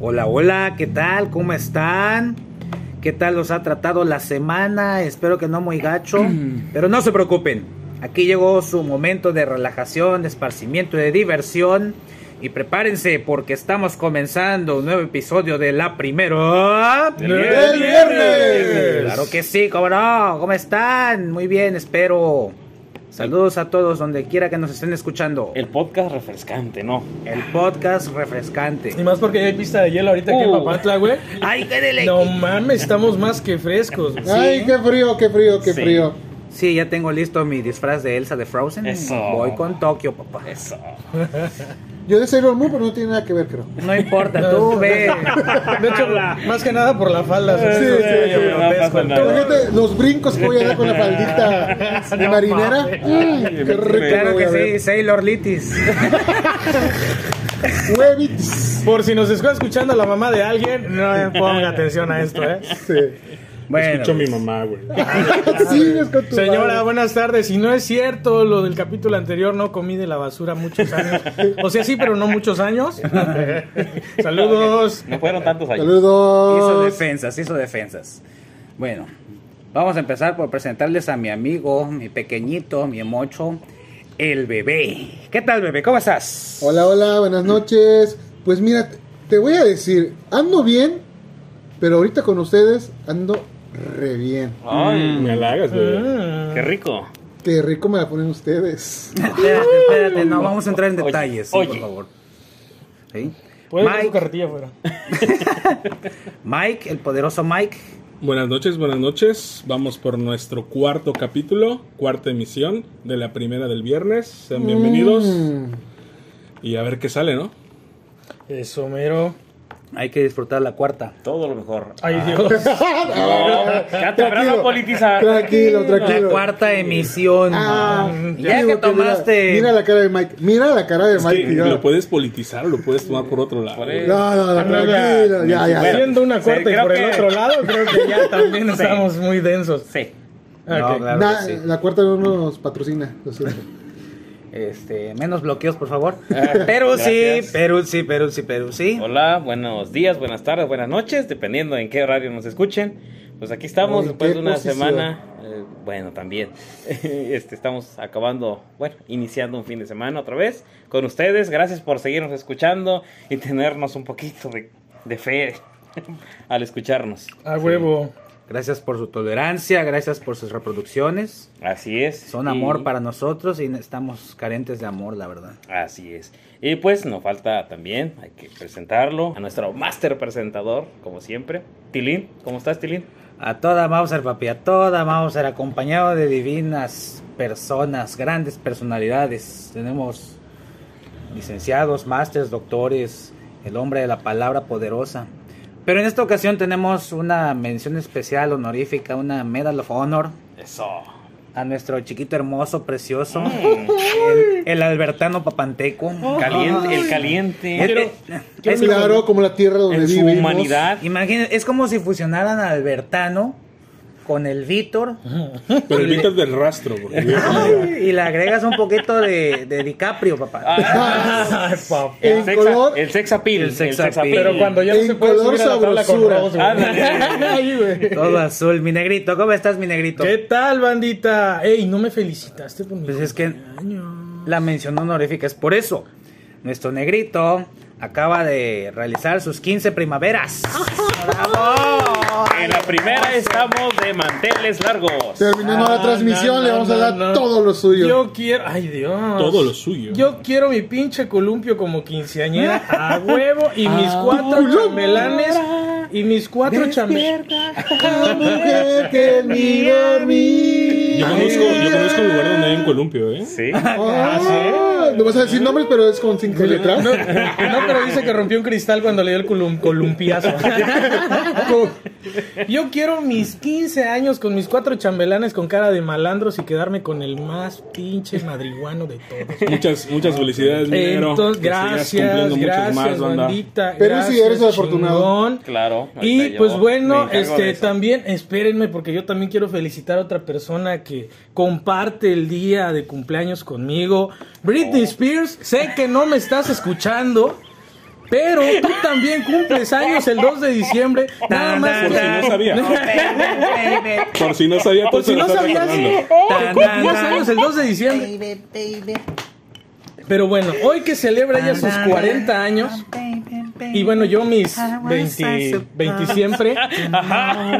Hola, hola, ¿qué tal? ¿Cómo están? ¿Qué tal los ha tratado la semana? Espero que no muy gacho, pero no se preocupen. Aquí llegó su momento de relajación, de esparcimiento, de diversión. Y prepárense porque estamos comenzando un nuevo episodio de la primera. ¡El viernes! Claro que sí, cómo no. ¿Cómo están? Muy bien, espero. Saludos a todos donde quiera que nos estén escuchando. El podcast refrescante, ¿no? El podcast refrescante. Y más porque ya hay pista de hielo ahorita aquí en Uh. Papantla, güey. ¡Ay, qué dele! No mames, estamos más que frescos. güey. Ay, qué frío, qué frío, qué Sí. frío. Sí, ya tengo listo mi disfraz de Elsa de Frozen. Eso. Voy con Tokio, papá. Eso. Yo de Sailor Moon, pero no tiene nada que ver, creo. No importa, tú ve. De hecho, más que nada por la falda. Sí, güey. sí, sí. no pasa nada. Pero fíjate, los brincos que voy a dar con la faldita de marinera. Mm, qué rico. Claro voy que a sí, ver. Sailor Litis. Huevitos. Por si nos está escuchando la mamá de alguien, no ponga atención a esto, ¿eh? Sí. Bueno, Escucho a mi mamá, güey. Sigues con tu Señora, madre. buenas tardes. Si no es cierto lo del capítulo anterior, no comí de la basura muchos años. O sea, sí, pero no muchos años. Saludos. No fueron tantos años. hizo Saludos. defensas, hizo defensas. Bueno, vamos a empezar por presentarles a mi amigo, mi pequeñito, mi emocho, el bebé. ¿Qué tal, bebé? ¿Cómo estás? Hola, hola, buenas noches. Pues mira, te voy a decir, ando bien, pero ahorita con ustedes ando re bien. Ay, Me halagas, güey. Mm. qué rico. Qué rico me la ponen ustedes. Espérate, espérate, no vamos a entrar en Oye, detalles, sí, oye. por favor. ¿Sí? Puedes ver su Mike, carretilla afuera. Mike, el poderoso Mike. Buenas noches, buenas noches. Vamos por nuestro cuarto capítulo, cuarta emisión de la primera del viernes. Sean bienvenidos Mm. y a ver qué sale, ¿no? Eso, mero. Hay que disfrutar la cuarta. Todo lo mejor. Ay, Ah. Dios. No, ya te habrá Tranquilo, a politizar. Tranquilo, La tranquilo. cuarta emisión. Mm, Ah, ya digo que mira- tomaste. Mira, la cara de Mike. Mira la cara de Es Mike. que tío. lo puedes politizar, lo puedes tomar por otro lado. Por güey. eso. No, no, no, tranquilo. Ya, ya. Bueno, Haciendo una sí, cuarta y creo por el que- otro lado, creo que ya también Sí. estamos muy densos. Sí. No, Ok. claro Na- que sí. La cuarta no nos patrocina, lo siento. Este, menos bloqueos, por favor. Ah, Pero sí, gracias. pero sí, pero sí, pero sí. Hola, buenos días, buenas tardes, buenas noches, dependiendo en qué horario nos escuchen. Pues aquí estamos ¿En después qué de una posición? semana. eh, bueno, también. este, estamos acabando, bueno, iniciando un fin de semana otra vez con ustedes. Gracias por seguirnos escuchando y tenernos un poquito de, de fe al escucharnos. A huevo. Gracias por su tolerancia, gracias por sus reproducciones. Así es. Son Y- amor para nosotros y estamos carentes de amor, la verdad. Así es. Y pues nos falta también, hay que presentarlo, a nuestro máster presentador, como siempre, Tilín. ¿Cómo estás, Tilín? A toda Mauser, papi, a toda Mauser, acompañado de divinas personas, grandes personalidades. Tenemos licenciados, másters, doctores, el hombre de la palabra poderosa. Pero en esta ocasión tenemos una mención especial, honorífica, una Medal of Honor Eso. a nuestro chiquito hermoso, precioso, el, el albertano papanteco. Caliente, el caliente. Es- Oh. Quiero- es- es- claro, como la tierra donde en su vivimos. humanidad. imagina- es como si fusionaran a Albertano con el Víctor Pero evitas del rastro, güey. y le agregas un poquito de, de DiCaprio, papá. Ah. Ay, papá. En sex- color- el sex appeal. El El sex sex appeal. appeal. Pero cuando ya no En se puede color subir a la tabla con sabrosura. Ross, güey. Ándale. Ay, güey. Todo azul, mi negrito. ¿Cómo estás, mi negrito? ¿Qué tal, bandita? Ey, no me felicitaste por mi Pues es que cumpleaños. la mención honorífica es por eso. Nuestro negrito acaba de realizar sus 15 primaveras. en la primera estamos de manteles largos. Terminando la Ah, No, transmisión, no, le no, vamos a no, dar no. todo lo suyo. Yo quiero. Ay, Dios. Todo lo suyo. Yo quiero mi pinche columpio como quinceañera a huevo y mis cuatro Columpio. chambelanes. Y mis cuatro chambelanes. Ah, La mujer que en mi dormí. Yo conozco, yo conozco un lugar donde hay un columpio, ¿eh? Sí. Ah, no vas a decir nombres, pero es con cinco letras. No, no, pero dice que rompió un cristal cuando le dio el colum- columpiazo. Yo quiero mis 15 años con mis cuatro chambelanes con cara de malandros y quedarme con el más pinche madriguano de todos. Muchas, muchas felicidades, mi negro. Entonces, Que sigas gracias, cumpliendo muchos gracias, más, banda. bandita. Pero sí, gracias, eres afortunado. chingón. Claro. Y ahorita yo pues me bueno, encargo de este eso. también espérenme porque yo también quiero felicitar a otra persona que comparte el día de Oh. cumpleaños conmigo. Britney Spears, sé que no me estás escuchando, Pero tú también cumples años el 2 de diciembre. Nada Tan, más tan, Por si que- no sabía. Baby, Por si no sabía, Por tú si se no lo estás sabías, recordando. que cumples años el 2 de diciembre. baby, baby, Pero bueno, hoy que celebra ya sus 40 años. baby, baby. Y bueno, yo mis Ah, 20, 20 siempre.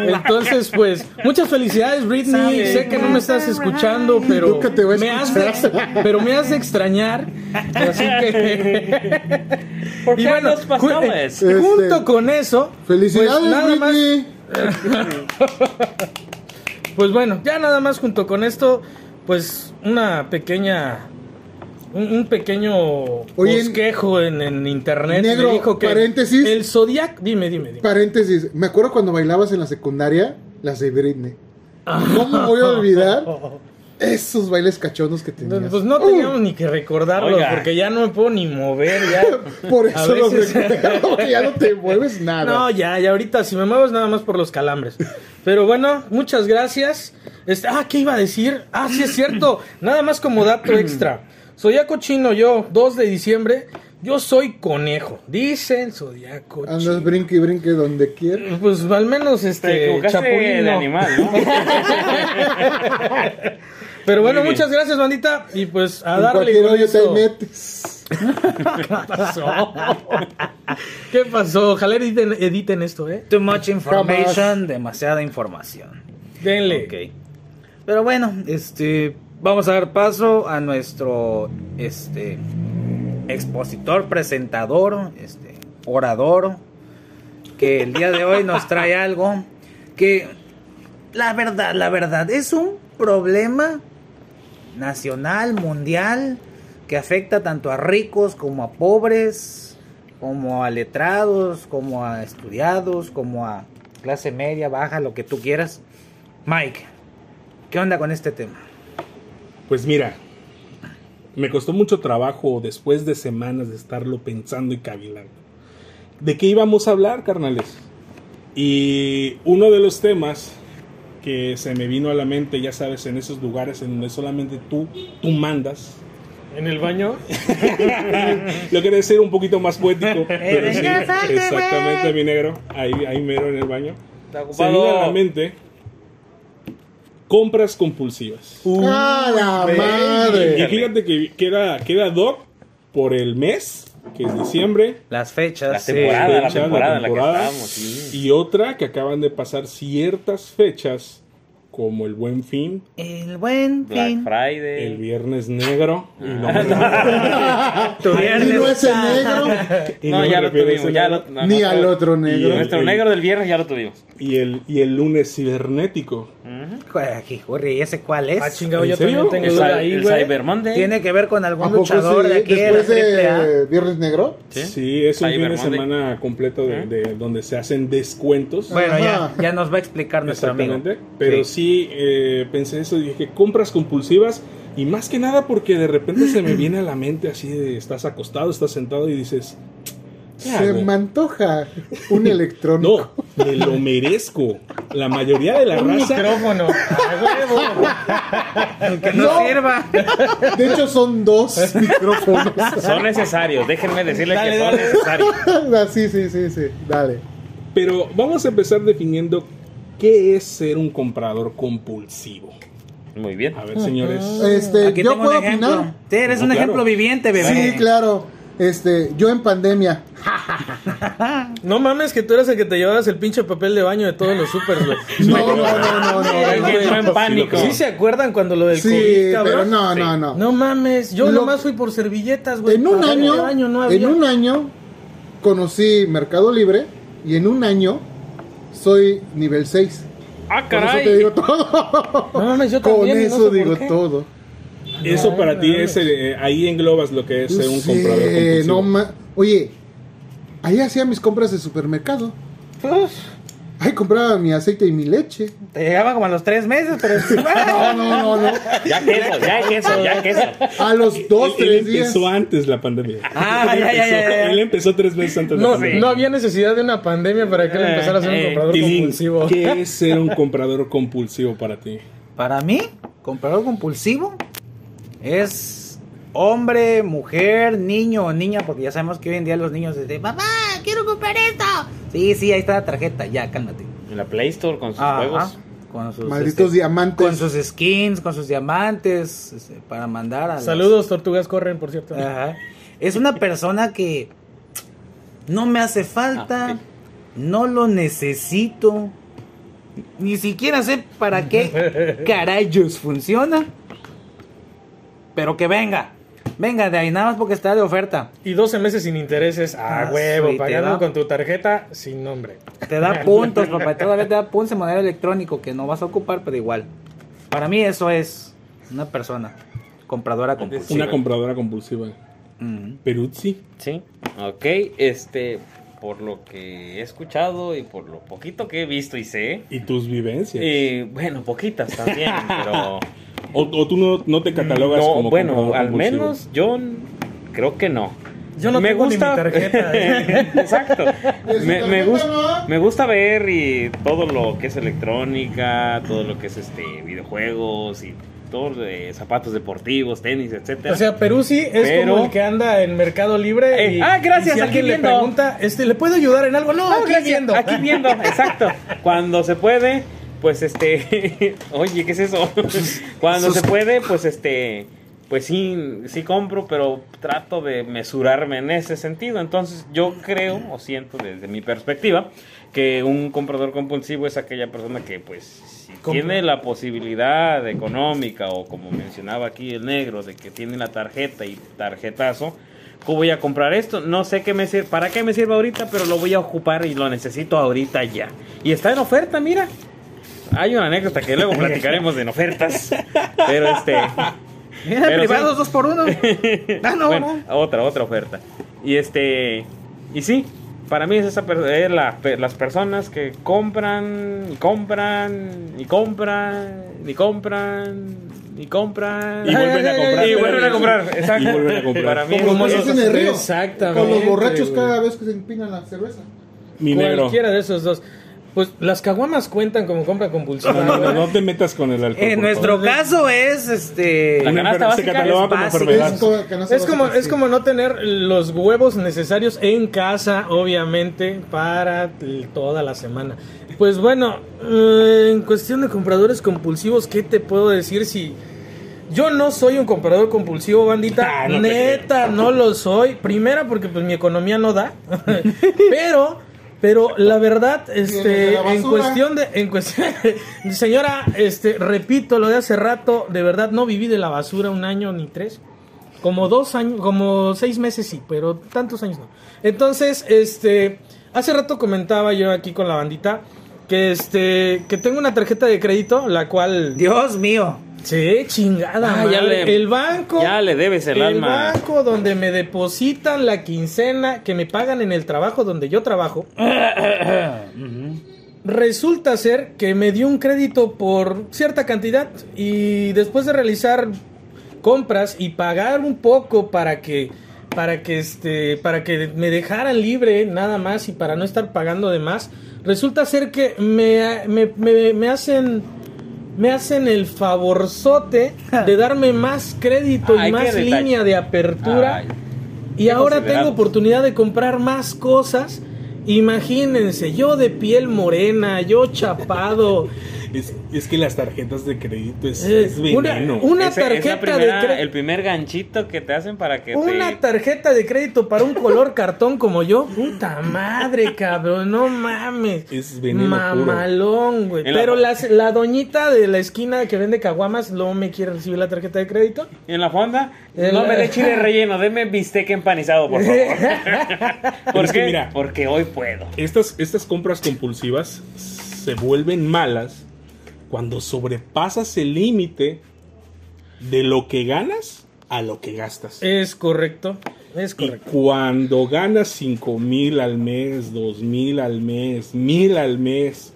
Entonces, pues, muchas felicidades, Britney. Sé que no me estás escuchando, pero Nunca te voy a me has de, escuchar. pero me has de extrañar. Así que, ¿Por y qué bueno, eh, los pasteles? ju- Este- junto con eso, Felicidades, pues, nada más Britney. Pues bueno, ya nada más junto con esto, pues una pequeña. Un, un pequeño Oye, bosquejo en, en internet me negro, dijo que paréntesis. el zodiac dime dime, dime. Paréntesis, me acuerdo cuando bailabas en la secundaria, las de Britney. ¿Cómo voy a olvidar esos bailes cachonos que No, tenías? ¡Uh! pues no teníamos ni que recordarlo Oiga. porque ya no me puedo ni mover ya. Uh, Por A eso los veces- recuerdo, porque ya no te mueves No, nada. ya, ya ahorita si me muevo es nada más por los calambres. Pero bueno, muchas gracias. Este, ah, ¿qué iba a decir? Ah, sí es cierto. Nada más como dato extra. Zodiaco chino yo, 2 de diciembre, yo soy conejo. Dice el zodiaco Andas chino. brinque y brinque donde quieras. Pues al menos Te este equivocaste chapulín. de no. animal, ¿no? Pero bueno, Muy bien. muchas gracias, bandita, y pues a En darle cualquier con hoyo te eso. metes. ¿Qué pasó? ¿Qué pasó? Ojalá editen, editen esto, ¿eh? Too much information, demasiada información. Denle. Ok. Pero bueno, este, vamos a dar paso a nuestro este expositor, presentador, este, orador, que el día de hoy nos trae algo que la verdad, la verdad, es un problema nacional, mundial, que afecta tanto a ricos como a pobres, como a letrados, como a estudiados, como a clase media, baja, lo que tú quieras. Mike, ¿qué onda con este tema? Pues mira, me costó mucho trabajo después de semanas de estarlo pensando y cavilando. ¿De qué íbamos a hablar, carnales? Y uno de los temas que se me vino a la mente, ya sabes, en esos lugares en donde solamente tú, tú mandas. En el baño. Lo quiero decir un poquito más poético, pero sí, Eh, venga, salte, güey. exactamente, mi negro. Ahí, ahí mero en el baño. Está Se me vino a la ocupado. mente compras compulsivas. ¡A la Y madre! fíjate que queda, queda doc por el mes, que es diciembre. Las fechas. La sí. temporada, Ah, la fecha, temporada en la que temporada, estamos. sí. Y otra que acaban de pasar ciertas fechas, como el Buen Fin, El buen Black fin. el Friday. Viernes Negro. Y Ah, no, Tu Y no viernes. ese negro, y No, no me ya lo refiero a ese tuvimos. Ya negro. lo, no, ni no, al no. otro Y negro. el- Nuestro negro del viernes ya lo tuvimos. Y el, y el lunes cibernético. Aquí, Jorge, ¿y ese cuál es? Ah, chingado, ¿En yo serio? también tengo El, duda cy- ahí, el güey. Cyber Monday. Tiene que ver con algún ¿A poco luchador sí? de aquí de la Después triple de Viernes Negro, Sí, es un Cyber fin de Monday. semana completo de, de- donde se hacen descuentos. Bueno, ya, Ajá. ya nos va a explicar nuestro amigo. Exactamente. Pero sí, eh, pensé eso y dije, compras compulsivas. Y más que nada porque de repente se me viene a la mente así de estás acostado, estás sentado y dices, ¿qué se hago? me antoja un electrónico. No, me lo merezco. La mayoría de la Un raza. micrófono. A huevo. Que no, No. sirva. De hecho, son dos micrófonos. Son necesarios, déjenme decirles Dale, que son dale. necesarios. Ah, sí, sí, sí, sí. Dale. Pero vamos a empezar definiendo qué es ser un comprador compulsivo. Muy bien. A ver, señores. Este, Aquí yo tengo un puedo ejemplo. opinar. Sí, eres No, un claro. ejemplo viviente, bebé. Sí, claro. Este, yo en pandemia. No mames que tú eras el que te llevabas el pinche papel de baño de todos los supers, güey. No, no, no, no, no. Es que entró en no. pánico. ¿Sí se acuerdan cuando lo del Sí, COVID, pero cabrón? no, no, no. No mames, yo Lo- nomás fui por servilletas, güey. En un Papel de año, baño no en había. un año conocí Mercado Libre y en un año soy nivel 6. ¡Ah, Con eso te caray! digo todo. No mames, yo Con también. y no sé eso por digo qué. todo. Eso No, para ti no, es. eh, ahí englobas lo que es ser un Sí, comprador compulsivo. Pues, eh, no ma- Oye, ahí hacía mis compras de supermercado. Ahí compraba mi aceite y mi leche. Te llegaba como a los tres meses, pero No, no, no, no. Ya queso, ya queso, ya queso. A los dos, él, él tres días. empezó antes la pandemia. Ah, él, ya, ya, empezó, ya, ya. él empezó tres veces antes de la No, pandemia. no había necesidad de una pandemia para que él empezara a ser un Eh, comprador Tilín, compulsivo. ¿Qué es ser un comprador compulsivo para ti? Para mí, comprador compulsivo es hombre, mujer, niño o niña, porque ya sabemos que hoy en día los niños dicen, papá, Ah, quiero comprar esto. Sí, sí, ahí está la tarjeta, ya, cálmate. En la Play Store con sus Ajá, juegos. Con sus, Malditos este, diamantes. Con sus skins, con sus diamantes, este, para mandar a... las- Saludos, tortugas corren, por cierto. Ajá. Es una persona que no me hace falta, Ah, sí. no lo necesito, ni siquiera sé para qué carayos funciona, pero que venga, venga de ahí nada más porque está de oferta. Y 12 meses sin intereses, a Ah, huevo, sí, te pagando da. con tu tarjeta sin nombre. Te da puntos, papá, todavía te da puntos en moneda electrónico que no vas a ocupar, pero igual. Para mí eso es una persona Pues compradora compulsiva. Mm. Una compradora compulsiva. Ujú. Peruzzi. Sí. Ok, este, por lo que he escuchado y por lo poquito que he visto y sé. Y tus vivencias. Y bueno, poquitas también, pero... o, o tú no, no te catalogas No, como bueno, comprador al compulsivo. menos yo n- creo que no. Yo no me tengo ni gusta... mi tarjeta, ¿eh? Exacto. ¿De su me, me tarjeta, gusta, no? me gusta ver y todo lo que es electrónica, todo lo que es este videojuegos y todo de zapatos deportivos, tenis, etcétera. O sea, Peruzzi es Pero- como el que anda en Mercado Libre. Eh, y, ah, gracias, y si aquí alguien le viendo. pregunta, este, ¿le puedo ayudar en algo? No, Ah, aquí gracias, viendo. Aquí viendo, exacto. Cuando se puede, pues este. Oye, ¿qué es eso? Cuando se puede, pues este. Pues sí, sí compro, pero trato de mesurarme en ese sentido. Entonces, yo creo, o siento desde mi perspectiva, que un comprador compulsivo es aquella persona que, pues, si Compra. tiene la posibilidad económica, o como mencionaba aquí el negro, de que tiene la tarjeta y tarjetazo, ¿Cómo voy a comprar esto? No sé qué me sir- para qué me sirve ahorita, pero lo voy a ocupar y lo necesito ahorita ya. Y está en oferta, mira. Hay una anécdota que luego platicaremos de en ofertas. Pero este. Mira, Pero privados sí. dos por uno. Ah, no, bueno, no. otra, otra oferta. Y este. Y sí, para mí es esa per- eh, la- pe- las personas que compran, y compran, y compran, y compran, y compran. Y vuelven a comprar. Y vuelven a comprar, exacto. Y vuelven a Para comprar. mí Como es- los hacen en el río. Exactamente, Con los borrachos güey. cada vez que se empinan la cerveza. Mi negro. Cualquiera de esos dos. Pues las caguamas cuentan como compra compulsiva. No, no, no, güey. no te metas con el alcohol. En por nuestro favor. caso es este... Eh, La Una canasta enfer- se básica cataloga es como básica. enfermedad. como que no se Es va a como, hacer es como no tener los huevos necesarios en casa, obviamente, para t- toda la semana. Pues bueno, eh, en cuestión de compradores compulsivos, ¿qué te puedo decir si... Yo no soy un comprador compulsivo, bandita. Ah, no te Neta, no lo soy. Primera, porque pues mi economía no da. pero, pero la verdad, de este, la en basura. cuestión de, en cuestión, señora, este, repito lo de hace rato, de verdad no viví de la basura un año ni tres. Como dos años, como seis meses sí, pero tantos años no. Entonces, este, hace rato comentaba yo aquí con la bandita que este, que tengo una tarjeta de crédito, la cual... Dios mío. Sí, chingada. Ah, ya madre. le- el banco. ya le debes el alma. banco donde me depositan la quincena que me pagan en el trabajo donde yo trabajo. Resulta ser que me dio un crédito por cierta cantidad y después de realizar compras y pagar un poco para que para que este para que me dejaran libre nada más y para no estar pagando de más resulta ser que me, me, me- me hacen me hacen el favorzote de darme más crédito y Ay, qué más detalle. línea de apertura Ay. y Qué ahora tengo considerados. oportunidad de comprar más cosas imagínense yo de piel morena yo chapado Es, es que las tarjetas de crédito es, Eh, es una- veneno. una Ese- es la tarjeta primera- de crédito El primer ganchito que te hacen para que Una te- tarjeta de crédito para un color cartón como yo. Puta madre, cabrón. No mames. Es veneno Mamalón, güey. En la- Pero las- la doñita de la esquina que vende caguamas no me quiere recibir la tarjeta de crédito. en la fonda. El- No me dé chile relleno, deme bistec empanizado, por favor. Pero ¿Por es que qué? mira. Porque hoy puedo. Estas, estas compras compulsivas se vuelven malas cuando sobrepasas el límite de lo que ganas a lo que gastas. Es correcto. Es Y correcto. cuando ganas 5 mil al mes, 2 mil al mes, mil al mes,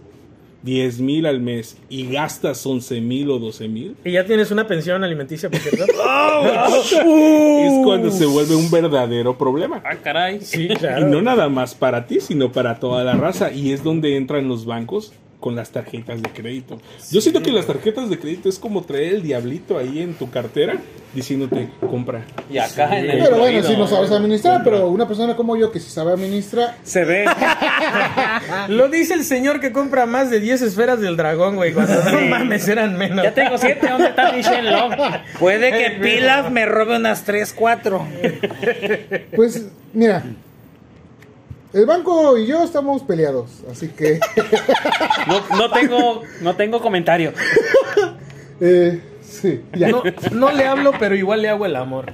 10 mil al mes y gastas 11 mil o 12 mil, Y ya tienes una pensión alimenticia, por cierto. Oh, es cuando se vuelve un verdadero problema. Ah, caray. sí, Y claro. no nada más para ti, sino para toda la raza. Y es donde entran los bancos con las tarjetas de crédito. Yo siento que las tarjetas de crédito es como traer el diablito ahí en tu cartera diciéndote, compra. Y acá en el. Pero bueno, Florido, si no sabes administrar, pero una persona como yo que si sabe administrar, Se ve. Lo dice el señor que compra más de 10 esferas del dragón, güey. Cuando no mames, eran menos. Ya tengo siete. ¿Dónde está Michelle Long? Puede que Pilaf me robe unas 3, 4. pues mira, el banco y yo estamos peleados, así que No, no tengo, no tengo comentario. eh, sí, ya. No, no le hablo, pero igual le hago el amor.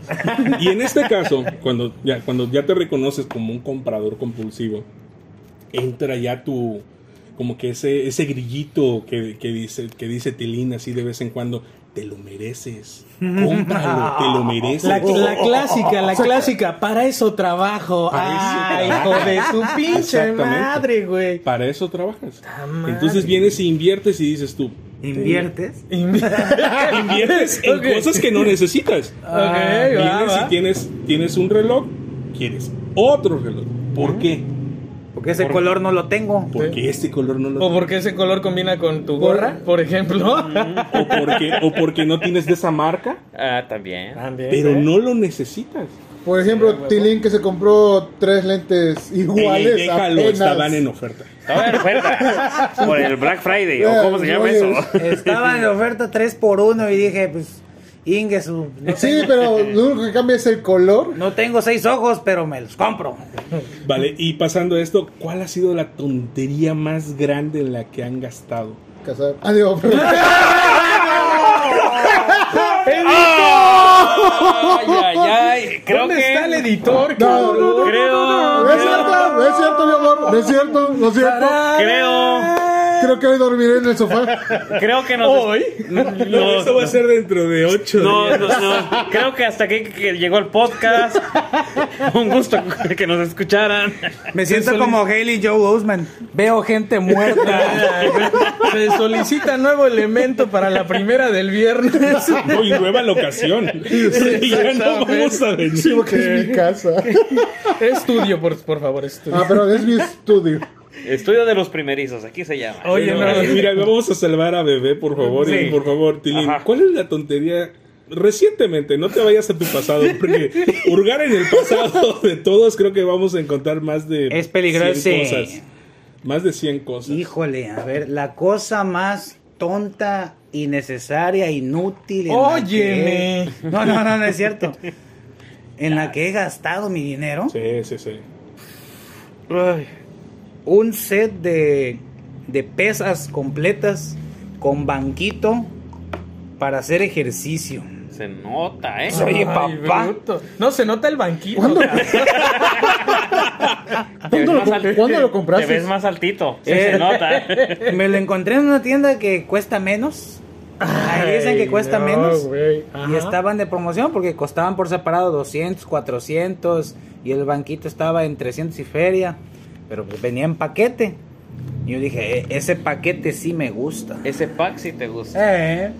Y en este caso, cuando ya, cuando ya te reconoces como un comprador compulsivo, entra ya tu como que ese, ese grillito que, que dice que dice Tilín así de vez en cuando, te lo mereces. Cómpralo, te lo mereces. La, la clásica, la clásica. Para eso trabajo. Para eso Ay, trabajo. hijo de su pinche Exactamente. madre, güey. Para eso trabajas. ¡Ta madre! Entonces vienes y inviertes y dices tú, ¿Inviertes? inviertes en Ok. cosas que no necesitas. Ok, va, Vienes va. y tienes tienes un reloj, quieres otro reloj. ¿Por qué? Porque ese color no lo tengo. Porque este color no lo O porque ese color combina con tu gorra, por ejemplo. o porque, o porque no tienes de esa marca, Ah, también. También, pero ¿eh? no lo necesitas. Por ejemplo, Tilín que se compró tres lentes iguales. Ey, déjalo, apenas. estaban en oferta. Estaba en oferta. Por el Black Friday. ¿O cómo se llama eso? Estaba en oferta 3 por 1 y dije, pues, Ingesu. No, Sí, tengo- pero lo único que cambia es el color. no tengo seis ojos, pero me los compro. Vale, y pasando a esto, ¿cuál ha sido la tontería más grande en la que han gastado? Casar. Ah, digo, perdón. Ay, ay, ay. Creo ¿Dónde que. está el editor? No, cabrón? no, no, Creo. No es cierto, no es cierto, mi amor. No es cierto, no es cierto. Creo. Creo que hoy dormiré en el sofá. Creo que nos. Hoy. No, Eso va a ser dentro de ocho No, días. no, no. Creo que hasta aquí que llegó el podcast. Un gusto que nos escucharan. Me siento como Haley Joe Osman. Veo gente muerta. Se solicita nuevo elemento para la primera del viernes. No, y nueva locación. Y ya no vamos a venir. Sí, porque es mi casa. Estudio, por, por favor, estudio. Ah, pero es mi estudio. Estudio de los primerizos, aquí se llama. Oye, Pero, no. Mira, vamos a salvar a bebé, por favor. Sí. y por favor, Tilín. Ajá. ¿Cuál es la tontería? Recientemente, no te vayas a tu pasado, porque hurgar en el pasado de todos creo que vamos a encontrar más de Es peligroso. 100 cosas. Más de 100 cosas. Híjole, a ver, la cosa más tonta, innecesaria, inútil. en la Óyeme. que- No, no, no, no es cierto. En la que he gastado mi dinero. Sí, sí, sí. Un set de, de pesas completas con banquito para hacer ejercicio. Se nota, ¿eh? Soy- Oye, Ay, papá. bruto. No, se nota el banquito. ¿Cuándo? Te ves ¿Cuándo lo más com- al- cuándo lo te- compraste? Te ves más altito. Sí, se Eh. nota. Me lo encontré en una tienda que cuesta menos. Ahí dicen que cuesta Ay, no, menos. güey. Y Ajá. estaban de promoción porque costaban por separado 200, 400 y el banquito estaba en 300 y feria, pero pues venía en paquete. Y yo dije, "E- ese paquete sí me gusta. Ese pack sí te gusta. Eh,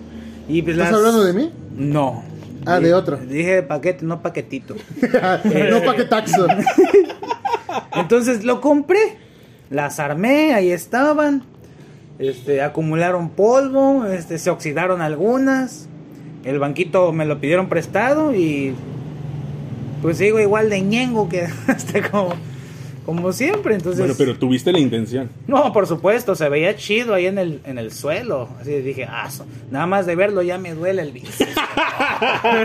y pues ¿Estás las- hablando de mí? No. Ah, de otro. Dije paquete, no paquetito. no pa' que taxo. Eh. Entonces lo compré, las armé, ahí estaban. Este, acumularon polvo, este, se oxidaron algunas. El banquito me lo pidieron prestado y pues sigo igual de ñengo que hasta como, como siempre. Entonces, Bueno, pero tuviste la intención. no, por supuesto, se veía chido ahí en el, en el suelo. Así dije, ah, so- nada más de verlo ya me duele el bíceps.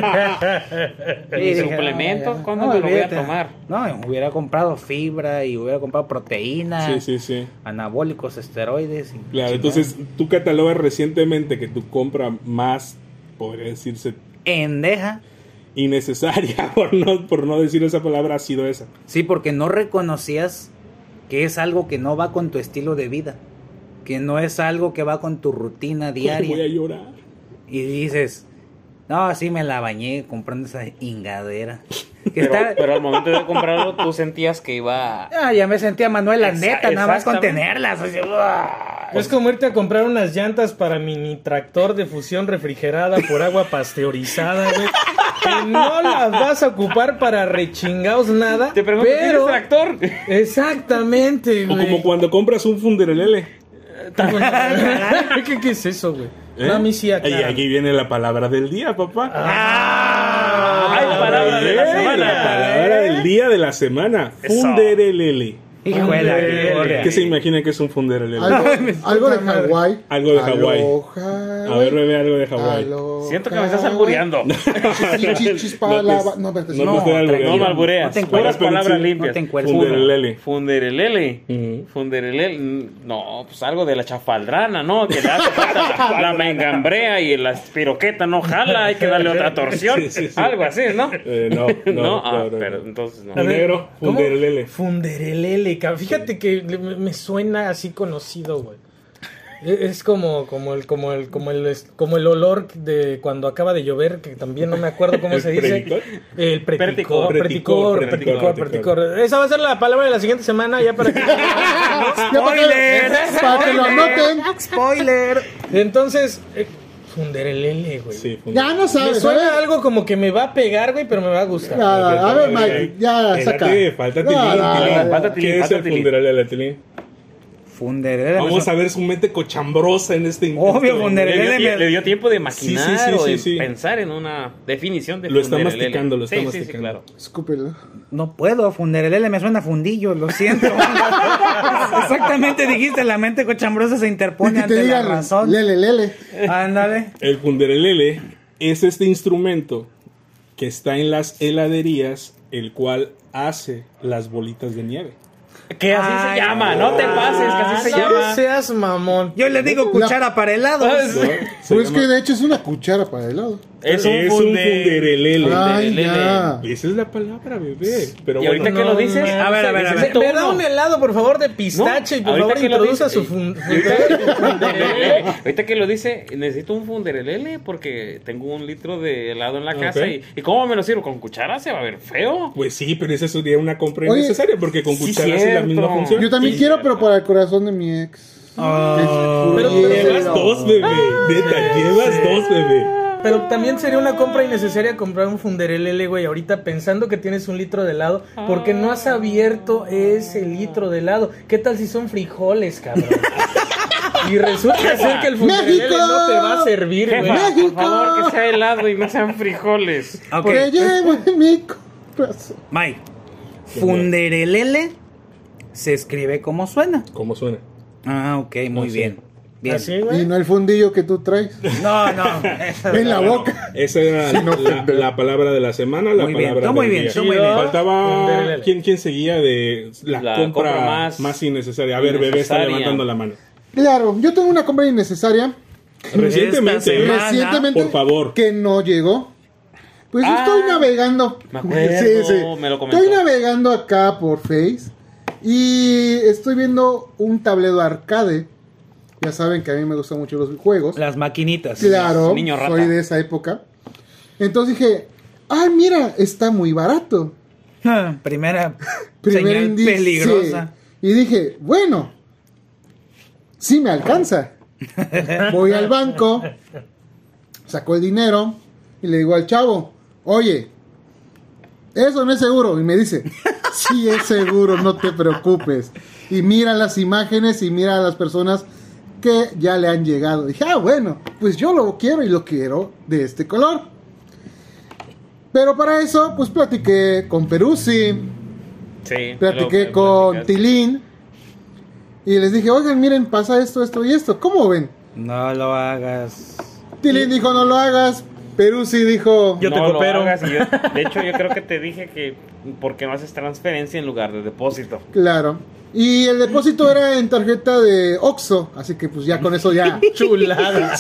¿Y Sí, dije, suplementos? "No, ya". ¿Cuándo No, me lo voy a olvídate. tomar? No, hubiera comprado fibra y hubiera comprado proteína Sí, sí, sí. anabólicos, esteroides. y Claro, chingada. entonces tú catalogas recientemente que tu compra más, podría decirse, Endeja. innecesaria, por no, por no decir esa palabra, ha sido esa. Sí, porque no reconocías que es algo que no va con tu estilo de vida. Que no es algo que va con tu rutina Voy a diaria. llorar. Y dices, no, sí me la bañé comprando esa ingadera. Que Pero, está- pero al momento de comprarlo, tú sentías que iba. a- Ah, ya me sentía Manuel, la Exa- neta, nada más con exactamente. tenerlas. así, ¡buah! Es como irte a comprar unas llantas para mini tractor de fusión refrigerada por agua pasteurizada, güey. Que no las vas a ocupar para rechingados nada. Te pregunto, ¿tienes pero... tractor? Exactamente, O güey. como cuando compras un funderelele. ¿Qué, ¿Qué es eso, güey? ¿Eh? Mami sí acá. Y aquí viene la palabra del día, papá. Ah, Ay, palabra de la Ey, la semana. palabra del día de la semana. Eso. Funderelele. Híjole, Hombre, híjole. ¿Qué se imagina que es un funderelele? Algo, algo de Hawái. Algo de Hawái. A ver, bebé, algo de Hawái. Hawái. Siento que me estás albureando. No, espérate, No, no, no. estoy No albureando. me albureas. No te Puras encueres, palabras Pensil. limpias. No te encueres. Funderelele. Funderelele. Ujú. Funderelele. Mm, No, pues algo de la chafaldrana, ¿no? Que le hace falta la mengambrea y la espiroqueta no jala, hay que darle otra torsión. Sí, sí, sí. Algo así, ¿no? Eh, no, no, No, ah, no, no, pero no. entonces no. A ver. negro, ¿Cómo? funderelele. Funderelele, cabrón. Fíjate que le- me, me suena así conocido, güey. E- Es como, como el, como el, como el, es- como el olor de cuando acaba de llover, que también no me acuerdo cómo ¿El se dice. predicor? El Predicor, preticor, predicor, preticor, predicor, preticor, preticor. Esa va a ser la palabra de la siguiente semana, ya para que. Ah, Ya para que- Para que lo anoten. Spoiler. Entonces, eh, funderelele, güey. Sí, Ya funderelele. no Me sabes, suena ¿sabes? algo como que me va a pegar, güey, pero me va a gustar. Ya, a ver, Mike, ya, Espérate, saca. eh, Falta No, tilín, no, tilín. no, no. falta tilín, ¿Qué es falta el tilín. funderelele, tilín? Funderelele. Vamos a ver su mente cochambrosa en este Obvio, este- Le funderelele. dio, tie- le dio tiempo de Sí, sí, maquinar sí, o de sí, sí. pensar en una definición de Lo está funderelele. masticando, lo está Sí, Sí, sí, masticando. claro. Escúpelo. No puedo, funderelele me suena a fundillo, lo siento. Exactamente dijiste, la mente cochambrosa se Y interpone que te ante la digan, razón. lele, lele. Ándale. El funderelele es este instrumento que está en las heladerías, el cual hace las bolitas de nieve. Que así Ay, se llama, no te pases, que así se No llama. seas mamón. Yo le digo cuchara para Ah, helados. ¿no? Se Pues es llama- que de hecho es una cuchara para el lado. Es un, Es un funder- funderelele. Ay, lele. ya. Esa es la palabra, bebé. Pero Y bueno, ahorita que lo dices, no, a ver, a ver, a ver. Me, necesito me da uno. un helado, por favor, de pistache. y por ahorita favor, que lo introduza dice- eh, su fun- Funderelele. Ahorita que lo dice, necesito un funderelele porque tengo un litro de helado en la casa. Ok. Y, ¿Y cómo me lo sirvo? ¿Con cuchara se va a ver feo? pues sí, pero esa sería una compra Oye, innecesaria porque con sí, cucharas es la cierto. misma función. Yo también Y- quiero, pero para el corazón de mi ex. Oh. Es Pero- culero. Llevas dos, bebé. Ah, Neta, llevas dos, bebé. Pero también sería una compra innecesaria comprar un funderelele, güey, ahorita pensando que tienes un litro de helado, porque no Ah. has abierto ese litro de helado. ¿Qué tal si son frijoles, cabrón? y resulta ser que el funderelele ¡México! no te va a servir, güey. Jefa, por México. favor, que sea helado y no sean frijoles. Ok, Que llevo en mi corazón. Mike. Funderelele se escribe como suena. ¿Cómo suena? Ah, ok, muy sí. bien. Bien. Así, Y güey. no el fundillo que tú traes No, no. esa- en la boca. Esa era la, la palabra de la semana, la Muy bien, palabra tú muy del bien, día. tú muy bien. Faltaba Funderelele. ¿quién, quién seguía de la, La compra, compra más, más innecesaria. A ver, bebé está innecesaria. levantando la mano. Claro, yo tengo una compra innecesaria. Esta Eh, Recientemente, ¿eh? semana- Recientemente. por favor. Que no llegó. Pues yo Ah, estoy navegando. me acuerdo, me lo comentó. Estoy navegando acá por Face. Y estoy viendo un tablero arcade. Ya saben que a mí me gustan mucho los juegos. Las maquinitas. Claro, Niño rata. soy de esa época. Entonces dije, ay, mira, está muy barato. Ah, Primera Primer señal indicio. peligrosa. Y dije, bueno, sí me alcanza. Voy al banco, saco el dinero y le digo al chavo, oye, eso no es seguro. Y me dice, sí es seguro, no te preocupes. Y mira las imágenes y mira a las personas que ya le han llegado. Dije, ah, bueno, pues yo lo quiero y lo quiero de este color. Pero para eso, pues platiqué con Peruzzi, Sí. platiqué lo- con platicaste. Tilín y les dije, oigan, miren, pasa esto, esto y esto. ¿Cómo ven? No lo hagas. Tilín dijo, no lo hagas. Peruzzi dijo, Yo te No lo coopero. hagas y yo- de hecho, yo creo que te dije que porque no haces transferencia en lugar de depósito. claro. Y el depósito era en tarjeta de Oxxo, así que pues ya con eso ya. Chulada.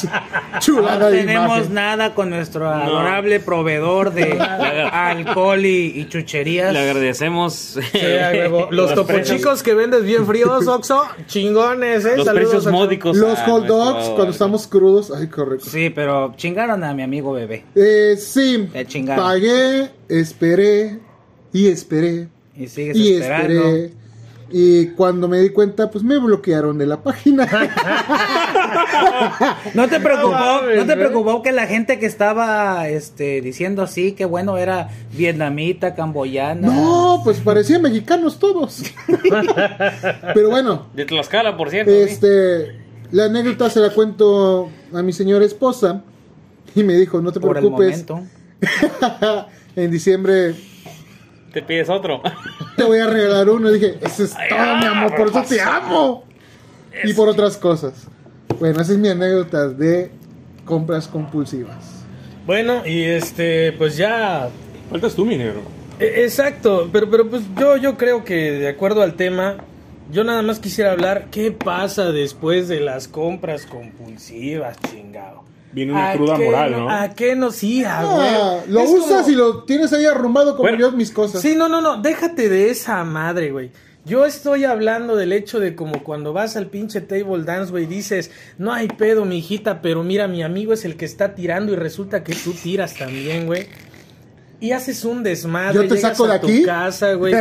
Chulada No de tenemos imagen. nada con nuestro adorable proveedor de alcohol y, y chucherías. Le agradecemos. eh, Sí, a huevo. Los precios- topochicos que vendes bien fríos, Oxo, chingones, eh. Los Saludos, precios Oxxo. módicos. Los a hot dogs nuestro- cuando estamos crudos, ay, correcto. Sí, pero chingaron a mi amigo bebé. Eh, sí, Te chingaron. pagué, esperé y esperé Y sigues y esperando. esperé. Y cuando me di cuenta, pues me bloquearon de la página. No te preocupó, No no, mames, te güey. preocupó que la gente que estaba este diciendo así que bueno era vietnamita, camboyana. No, pues parecían mexicanos todos. Pero bueno, De Tlaxcala, por cierto. sí. este La anécdota se la cuento a mi señora esposa y me dijo, no te Por el preocupes, momento. en diciembre Te pides otro. te voy a regalar uno. Y dije, eso es todo, mi amor, por eso te amo. Y por otras cosas. Bueno, esa es mi anécdota de compras compulsivas. Bueno, y este, pues ya Faltas tú, mi negro. E- Exacto, pero, pero pues yo, yo creo que de acuerdo al tema, yo nada más quisiera hablar qué pasa después de las compras compulsivas, chingado. Viene una ¿A cruda qué moral, no- ¿no? ¿A qué nos iba, Ah, güey? lo Es usas como- y lo tienes ahí arrumbado como Bueno, yo mis cosas. Sí, no, no, no, déjate de esa madre, güey. Yo estoy hablando del hecho de como cuando vas al pinche table dance, güey, dices, no hay pedo, mi hijita, pero mira, mi amigo es el que está tirando y resulta que tú tiras también, güey. Y haces un desmadre, Yo te llegas saco a de tu aquí. casa, güey.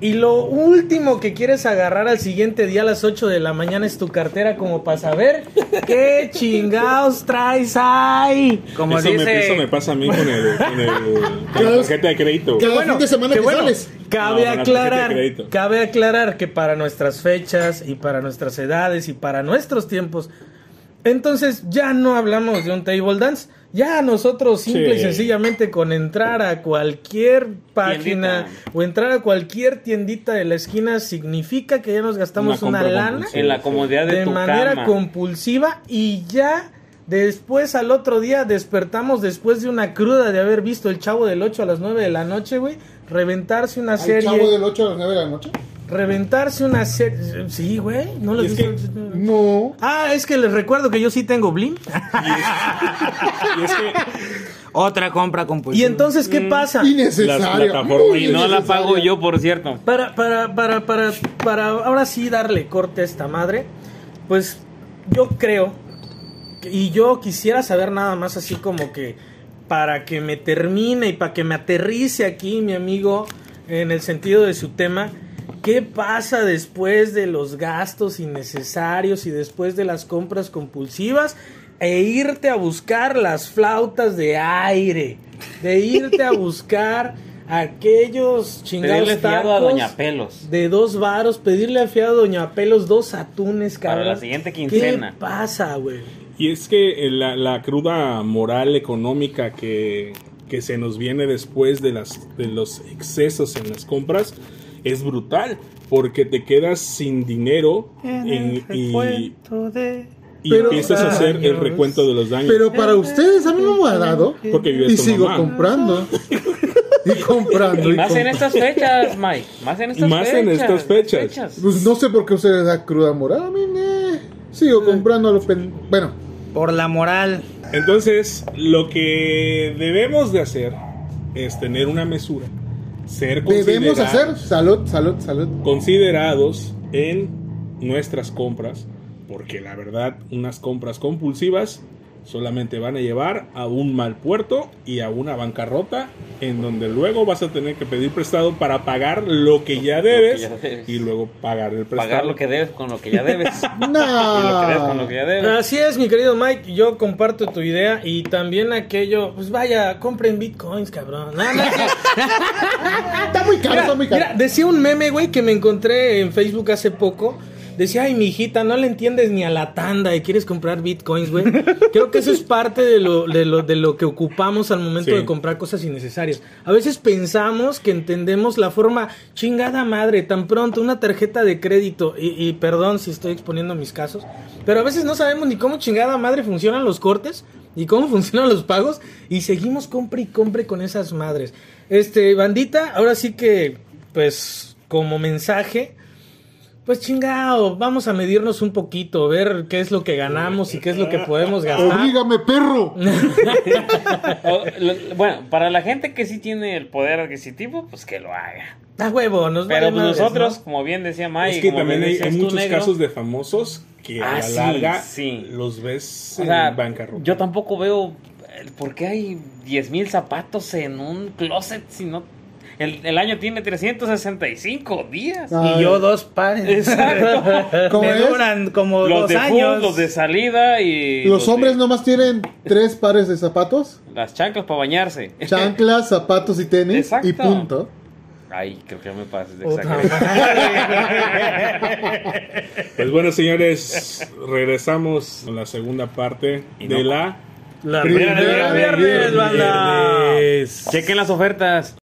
y lo último que quieres agarrar al siguiente día a las 8 de la mañana es tu cartera como para saber qué chingados traes ahí. Como eso, me, eso me dice, pasa a mí con, el, con, el- con Cada- la tarjeta de crédito. cada fin de semana qué que sales. Cabe No, con la tarjeta de aclarar, crédito. cabe aclarar que para nuestras fechas y para nuestras edades y para nuestros tiempos, entonces ya no hablamos de un table dance. Ya nosotros simple y Sí. sencillamente con entrar a cualquier página Tiendita. o entrar a cualquier tiendita de la esquina significa que ya nos gastamos Una una, compra lana compulsiva. En la comodidad de, de tu manera cama. compulsiva y ya después al otro día despertamos después de una cruda de haber visto el chavo del 8 a las 9 de la noche, güey, reventarse una Al chavo serie, del 8 a las 9 de la noche. reventarse una serie, sí, güey, no lo Y es viste? No. Ah, es que les recuerdo que yo sí tengo Blim. Y es que otra compra Pues compulsiva. y entonces, Mm. ¿qué pasa? Innecesario. Las plataformas. Muy Y no la innecesario. pago yo, por cierto. Para, para, para, para, para ahora sí darle corte a esta madre, pues yo creo, que- y yo quisiera saber nada más así como que para que me termine y para que me aterrice aquí mi amigo en el sentido de su tema, ¿qué pasa después de los gastos innecesarios y después de las compras compulsivas? E irte a buscar las flautas de aire, de irte a buscar aquellos chingados Pedirle fiado a tacos Doña Pelos. de dos varos, pedirle a fiado a Doña Pelos dos atunes, Para cabrón. la siguiente quincena. ¿Qué pasa, güey? Y es que eh, la, la cruda moral económica que, que se nos viene después de, las, de los excesos en las compras es brutal, porque te quedas sin dinero en- y, y Pero- ah, empiezas a hacer el Daños. recuento de los daños. Pero para ustedes a mí no me ha dado. porque vives Y con sigo mamá. comprando. y comprando. Y y más en comprando. estas fechas, Mike. Más en estas Más fechas. en estas fechas. Pues no sé por qué ustedes da cruda moral. A mí, eh, Sigo comprando a los pen... Bueno, Por la moral. Entonces, lo que debemos de hacer es tener una mesura, ser debemos considera- hacer. Salud, salud, salud. considerados en nuestras compras, porque la verdad, unas compras compulsivas solamente van a llevar a un mal puerto y a una bancarrota en donde luego vas a tener que pedir prestado para pagar lo que ya debes, ya debes. y luego pagar el prestado. Pagar lo que debes con lo que ya debes. No. Y lo que debes con lo que ya debes. Así es, mi querido Mike, yo comparto tu idea y también aquello, pues vaya, compren bitcoins, cabrón. No, no, es cierto. Está muy caro, está muy Mira, caro. decía un meme, güey, que me encontré en Facebook hace poco. Decía, ay, mijita, no le entiendes ni a la tanda y quieres comprar bitcoins, güey. Creo que eso es parte de lo, de lo, de lo que ocupamos al momento Sí. de comprar cosas innecesarias. A veces pensamos que entendemos la forma, chingada madre, tan pronto, una tarjeta de crédito. Y, y perdón si estoy exponiendo mis casos, pero a veces no sabemos ni cómo chingada madre funcionan los cortes y cómo funcionan los pagos. Y seguimos compre y compre con esas madres. Este, bandita, ahora sí que, pues, como mensaje, pues chingado, vamos a medirnos un poquito, ver qué es lo que ganamos y qué es lo que podemos gastar. Oblígame, perro. O- lo- bueno, para la gente que sí tiene el poder adquisitivo, pues que lo haga. Da huevo, nos Pero vale pues, madres, nosotros, ¿no? como bien decía Mike, Es que como bien también hay, decías hay tú, muchos negro, casos de famosos que Ah, a la sí, larga sí. los ves o sea, en bancarrota. Yo tampoco veo el por qué hay 10 mil zapatos en un closet si no... El, el año tiene 365 días. Ah, Y yo dos pares. Exacto. ¿Cómo Me es? duran como los dos de fútbol, años. los de salida y... Los hombres de- nomás tienen tres pares de zapatos, Las chanclas para bañarse. chanclas, zapatos y tenis Exacto. y punto. Ay, creo que ya me pases de Otra exacto. Pues bueno, señores, regresamos a la segunda parte Y de no- la. La Primera primera de viernes, viernes. banda. Chequen las ofertas.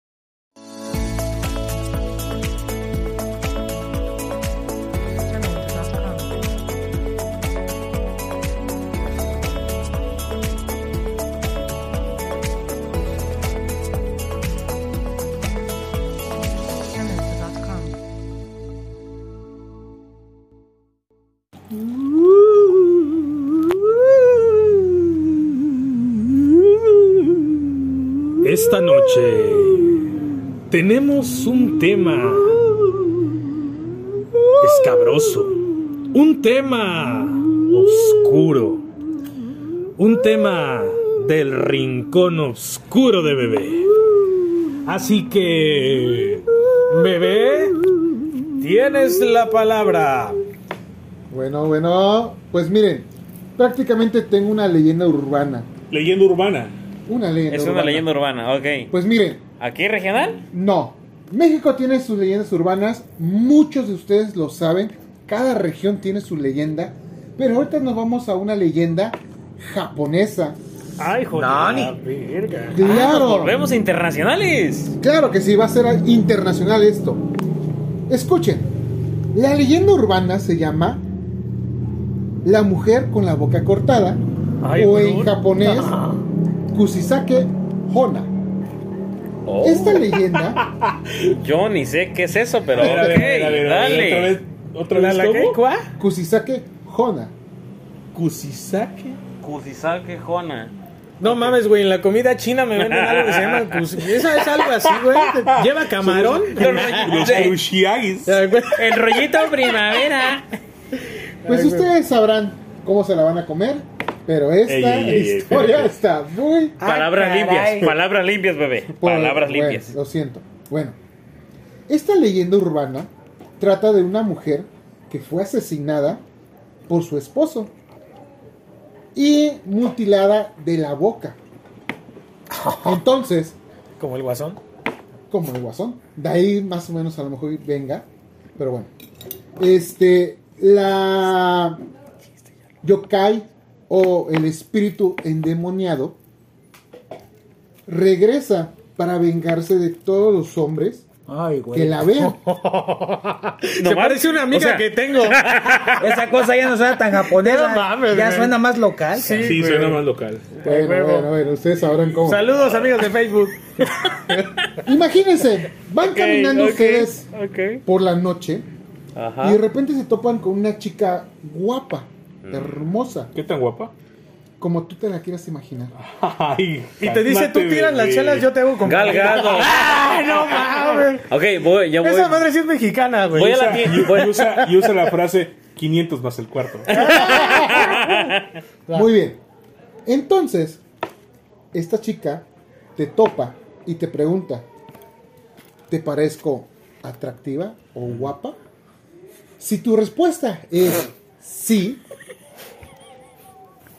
Terminal.com. Esta noche tenemos un tema escabroso, un tema oscuro, un tema del rincón oscuro de bebé. Así que, bebé, Tienes la palabra. Bueno, bueno, pues miren, prácticamente tengo una leyenda urbana. leyenda urbana. Una leyenda Es urbana. una leyenda urbana, ok. Pues miren, ¿Aquí regional? no. México tiene sus leyendas urbanas, muchos de ustedes lo saben, cada región tiene su leyenda, pero ahorita nos vamos a una leyenda japonesa. Ay, joder. Ah, Nani. Ah, Claro, Volvemos internacionales. claro que sí, va a ser internacional esto. Escuchen, la leyenda urbana se llama La mujer con la boca cortada Ay, o en bruta. japonés Kusisake Hona. Oh, Esta leyenda, Yo ni sé qué es eso, pero A ver, a ver, a ok, ver, a ver, dale. otra vez, otra ¿La, vez la qué? ¿cómo? ¿Cuá? Kusisake Hona. Kusisake. Kusisake Jona. No mames, güey, en la comida china me venden algo que se llama cus- Esa es algo así, güey. Lleva camarón. Los Kurushiagis. El rollito primavera. Pues ustedes sabrán cómo se la van a comer, pero esta Ey, ey, ey, ey, historia espérate. Ah, está muy... Palabras caray. limpias, palabras limpias, bebé. Palabras Bueno, limpias. Lo siento. Bueno, esta leyenda urbana trata de una mujer que fue asesinada por su esposo y mutilada de la boca. Entonces, Como el guasón. como el guasón. De ahí más o menos a lo mejor venga. Pero bueno. Este, la yokai o el espíritu endemoniado regresa para vengarse de todos los hombres Ay, que güey. la vean. se parece una amiga o sea, que tengo. Esa cosa ya no suena tan japonesa. No mames, ya güey. suena más local. Sí. Sí, suena más local. Bueno, huevo. bueno, bueno, ustedes sabrán cómo. Saludos, amigos de Facebook. Imagínense, van caminando ustedes Ok. por la noche Ajá. y de repente se topan con una chica guapa, Mm. hermosa, ¿Qué tan guapa? como tú te la quieras imaginar. Ay, Y te dice, tú cálmate, tiras las bebé. chelas, yo te hago con Galgado. ¡Ah, no mames! Ok, voy, ya voy. Esa madre sí es mexicana, güey. Voy a O la sea, Y, tienda. y voy- usa, y usa la frase 500 más el cuarto. Muy bien. Entonces, esta chica te topa y te pregunta, ¿te parezco atractiva o guapa? Si tu respuesta es sí,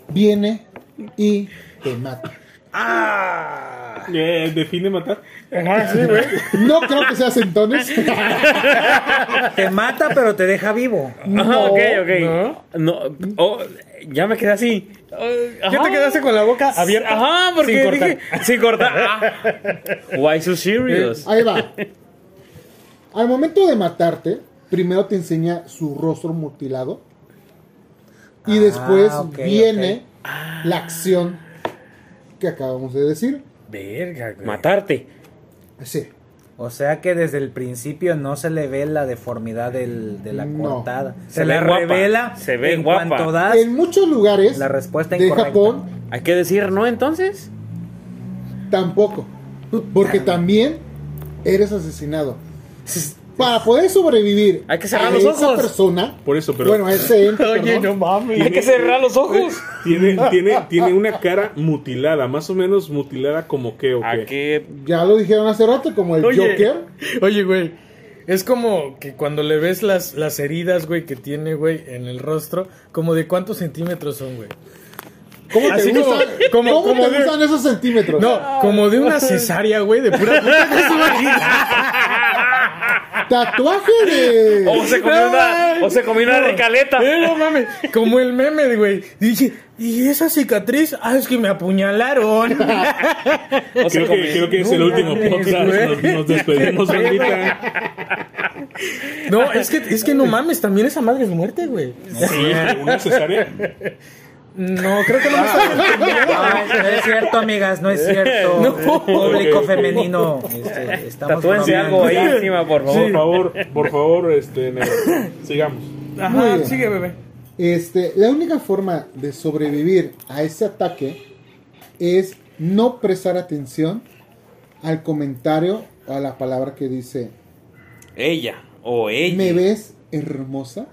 viene y te mata. Eh, define matar. No creo que seas entonces. Ah. Te mata, pero te deja vivo. Ajá, ok, no. ok. No. oh, ya me quedé así. ¿Qué te quedaste con la boca abierta? Ajá, porque Sin cortar. dije- sin cortar. Ah. Why so serious? Ahí va. Al momento de matarte, primero te enseña su rostro mutilado. Y Ah, después ok, viene la acción que acabamos de decir. Verga, güey. Eh, Matarte. Sí. O sea que desde el principio no se le ve la deformidad del- de la No. cortada. Se, Se la ve guapa, revela. se ve en guapa. cuanto das. En muchos lugares La respuesta de incorrecta. Japón Hay que decir no entonces. tampoco. Porque también eres asesinado. Para poder sobrevivir Hay que cerrar a los esa ojos. persona. Por eso, pero Bueno, a ese ente, Oye, perdón. no mames. Hay que cerrar los ojos. tiene, tiene, tiene una cara mutilada, más o menos mutilada como que o ¿A qué. qué? Ya lo dijeron hace rato, como el Joker. Oye, güey. Es como que cuando le ves las, las heridas, güey, que tiene, güey, en el rostro, como de cuántos centímetros son, güey. ¿Cómo te, Así como- gustan, como- cómo como te de- gustan esos centímetros? No, como de una cesárea, güey, de pura puta que se imagina. Tatuaje de. O se comió No, una, mames. o se comió una No. recaleta. Eh, no mames, como el meme, de güey. Dije, ¿y esa cicatriz? Ah, es que me apuñalaron. O se Creo que, comió- creo que es el No último mames, podcast. güey. Nos, nos despedimos, bandita. No, es que, es que no mames, también esa madre es muerte, güey. Sí, una cesárea. No, creo que no me está No, no es cierto, amigas, no es cierto. No. Público femenino. este, estamos Tatúense bromeando. algo ahí encima, por favor. Por favor, por favor, este, negro. Sigamos. Muy Ajá, bien. sigue, bebé. Este, la única forma de sobrevivir a ese ataque es no prestar atención al comentario o a la palabra que dice Ella o ella. me ves hermosa,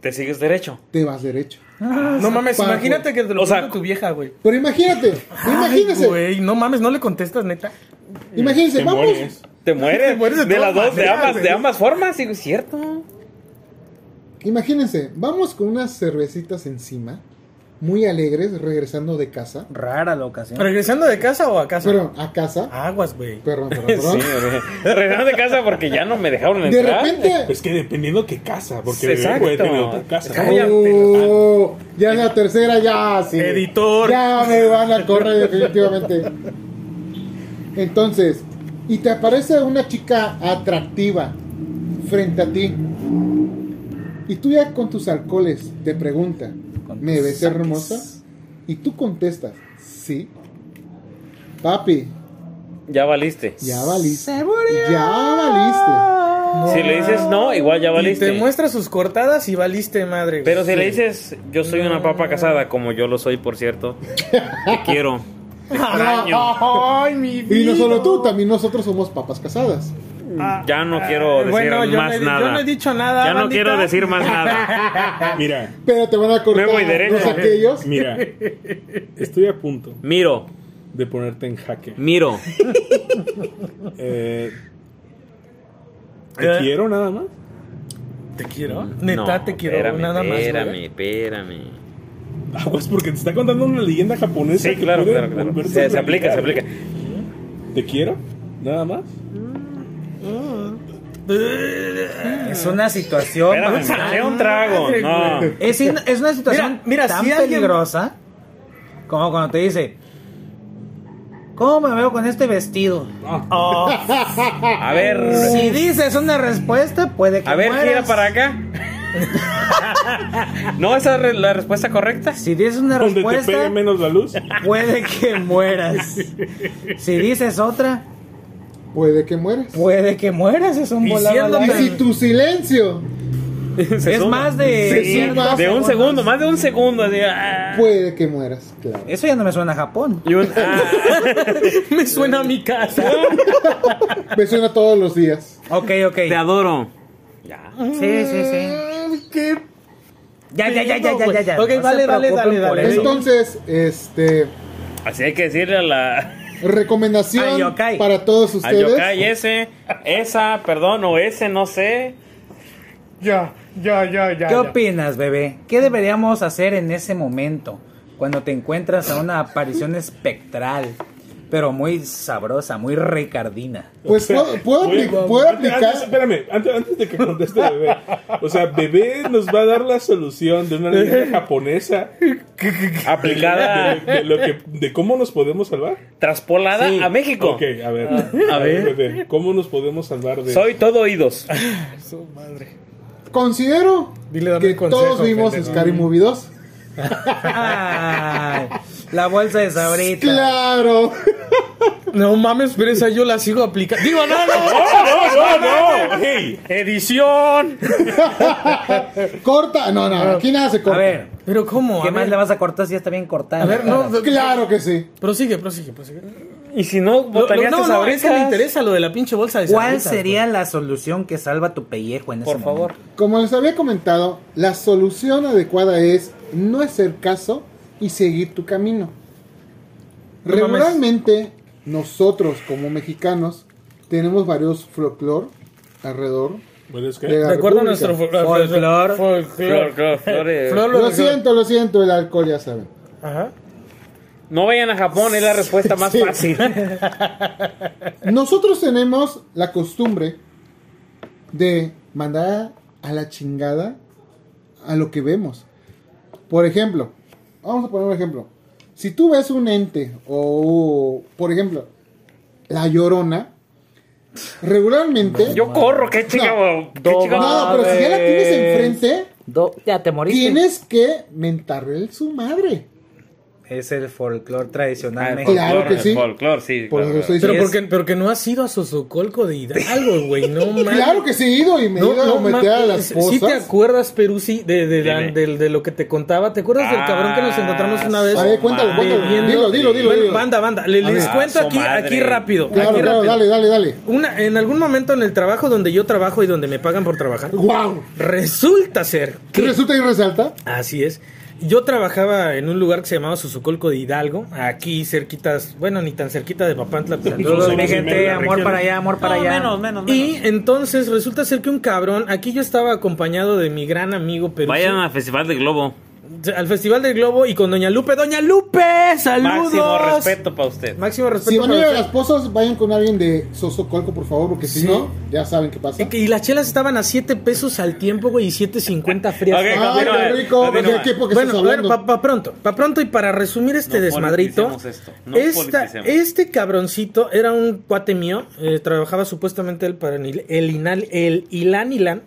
Te sigues derecho. te vas derecho. No mames, pago. imagínate que te lo O sea, cuenta tu vieja, güey. Pero imagínate, Ay, imagínense, Güey, no mames, no le contestas, neta. imagínense, Te vamos, mueres. Te mueres. Te mueres de de, las todas dos, de maneras, ambas, güey. de ambas formas, sí, es cierto. imagínense, vamos con unas cervecitas encima, muy alegres, regresando de casa, Rara la ocasión. ¿Regresando de casa o a casa? perdón, a casa, Aguas, güey. perdón, perdón, Sí, perdón. bebé. Regresando de casa porque ya no me dejaron de entrar. repente, Pues, Es que dependiendo qué casa, porque bebé Exacto. puede tener otra casa. Cállate, Oh, ya la tercera, ya sí. Editor. Ya me van a correr definitivamente. Entonces, y te aparece una chica atractiva frente a ti. Y tú ya con tus alcoholes te pregunta, Con ¿me tus ves saques. hermosa? Y tú contestas, sí. Papi, Ya valiste. ya valiste. Ya Si le dices no, igual ya Y te valiste. muestra sus cortadas y valiste madre. güey. Pero si le Sí. dices, yo soy una papa casada, como yo lo soy, por cierto, te quiero. Te extraño. Ay, mi valiste. Y no vida. solo tú, también nosotros somos papas casadas. Ah, Ya no quiero decir bueno, yo más no he- nada. yo no he dicho nada, Ya no bandita. quiero decir más nada. Mira, Pero te van a cortar Me voy derecho. ¿eh? los aquellos. mira. Estoy a punto Miro, de ponerte en jaque. miro. Eh, ¿Te quiero nada más? Mm. ¿Te quiero? Neta, No, te quiero. espérame, nada más. Espérame, güey. espérame. Ah, pues porque te está contando una leyenda japonesa. Sí, que claro, puede claro, claro. volverse Se, se aplica, se realidad. aplica. ¿Te quiero? ¿Nada más? Es una situación. Espérame, bastante- me eché un trago. No. Es, in- es una situación Mira, mira, tan si alguien- peligrosa como cuando te dice, ¿cómo me veo con este vestido? A ver, Si dices una respuesta, puede que a ver, mueras. gira para acá. ¿No esa es re- la respuesta correcta? Si dices una Donde te pegue respuesta, menos la luz. puede que mueras. Si dices otra, Puede que mueras. puede que mueras. Es un Y volado al siendo Y aire. si tu silencio Es más Se de... ciertos suma. De un segundos. segundo, más de un segundo. así, ah. Puede que mueras, claro. Eso ya no me suena a Japón. Y un, ah. Me suena a mi casa. Me suena todos los días. Ok, ok. Te adoro. Ya. Sí, sí, sí. ¿Qué? Ya, ya, ya, ya, ya, ya. ya. Ok, se vale, dale, preocupen dale, por dale. eso. Entonces, este Así hay que decirle a la recomendación Al yokai. para todos al yokai ustedes. ese, esa, perdón, o ese, no sé. Ya, ya, ya, ya. ¿Qué ya. opinas, bebé? ¿Qué deberíamos hacer en ese momento? Cuando te encuentras a una aparición espectral, pero muy sabrosa, muy ricardina. Pues puedo, puedo Oye, apli- puedo antes- antes- aplicar. espérame, antes, antes de que conteste bebé. O sea, bebé nos va a dar la solución de una leyenda japonesa. Aplicada, De, de lo que, de cómo nos podemos salvar. traspolada a México. Ah, Ok, a ver. A ver, bebé, ¿cómo nos podemos salvar de Soy todo oídos. Su madre. Considero Dile, dame que el consejo, todos vimos pendejo. Scary Movie 2. Ay, la bolsa de sabrita. Claro. No mames, pero esa yo la sigo aplicando. Digo, no, no. ¡No, no, no! ¡Hey! Edición. Corta. No, no, aquí nada se A corta. ver, Pero ¿cómo? ¿qué A más ver, le vas a cortar si ya está bien cortada? a ver, no. Claro que sí. Prosigue, prosigue, prosigue. Y si no, Lo- lo- botarías no, no, es que me interesa lo de la pinche bolsa de ¿Cuál sabritas, sería la solución que salva tu pellejo en ese Por favor. Como les había comentado, la solución adecuada es no hacer caso y seguir tu camino. No mames. Regularmente, nosotros como mexicanos tenemos varios folclor alrededor. Bueno, es que- de la De acuerdo a República. nuestro Folclor. folclor. Flor, flor, flor, eh. Lo siento, lo siento, el alcohol ya saben. Ajá. No vayan a Japón, es la respuesta más Sí. fácil. Nosotros tenemos la costumbre de mandar a la chingada a lo que vemos. Por ejemplo, vamos a poner un ejemplo. Si tú ves un ente o, por ejemplo, la llorona, regularmente... Yo corro, qué chingado. qué No, chingado. no, pero si ya la tienes enfrente, Do- ya te moriste. tienes que mentarle su madre. Es el folclore tradicional Ah, el mexicano. Claro que sí. folclore, sí. Por eso claro. estoy Pero diciendo- porque, porque no has ido a Sosocolco de Hidalgo, güey. No mames. Claro que sí he ido y me he No, ido no, a meter ma- a las si si te cosas. acuerdas, Perú, sí, de, de, Dime. Ah, de, de lo que te contaba. ¿Te acuerdas del cabrón que nos encontramos una vez? Ah, A ver, cuéntalo, cuéntalo. Bebiendo- Dilo, dilo, dilo, Bueno, dilo. banda, banda. Le- Les, ver. cuento Ah, su aquí, madre. aquí rápido. Claro, aquí claro, rápido. dale, dale, dale. Una, en algún momento en el trabajo donde yo trabajo y donde me pagan por trabajar, ¡Wow! resulta ser ¿Qué que resulta y resalta? Así es. Yo trabajaba en un lugar que se llamaba Suzucolco de Hidalgo, aquí cerquitas, bueno, ni tan cerquita de Papantla. pero- Saludos, mi gente. Amor para allá, amor para No, allá. menos, menos, menos. Y entonces resulta ser que un cabrón, aquí yo estaba acompañado de mi gran amigo Perú. Vayan al Festival del Globo. al Festival del Globo y con Doña Lupe. Doña Lupe, saludos. Máximo respeto para usted. Máximo respeto. Si van a ir para a usted. las pozas, vayan con alguien de Sosocolco, por favor, porque Sí. si no, ya saben qué pasa. Y que- Y las chelas estaban a 7 pesos al tiempo, güey, y 7.50 frías. Ok, ¡Ay, continúa, qué rico! continúa. ¿De qué época Bueno, estás a ver, hablando? para pronto, para pronto y para resumir este No desmadrito, politicemos esto, no esta- politicemos. este cabroncito era un cuate mío, eh, trabajaba supuestamente él para el, el, Inal- el Ilan Ilan,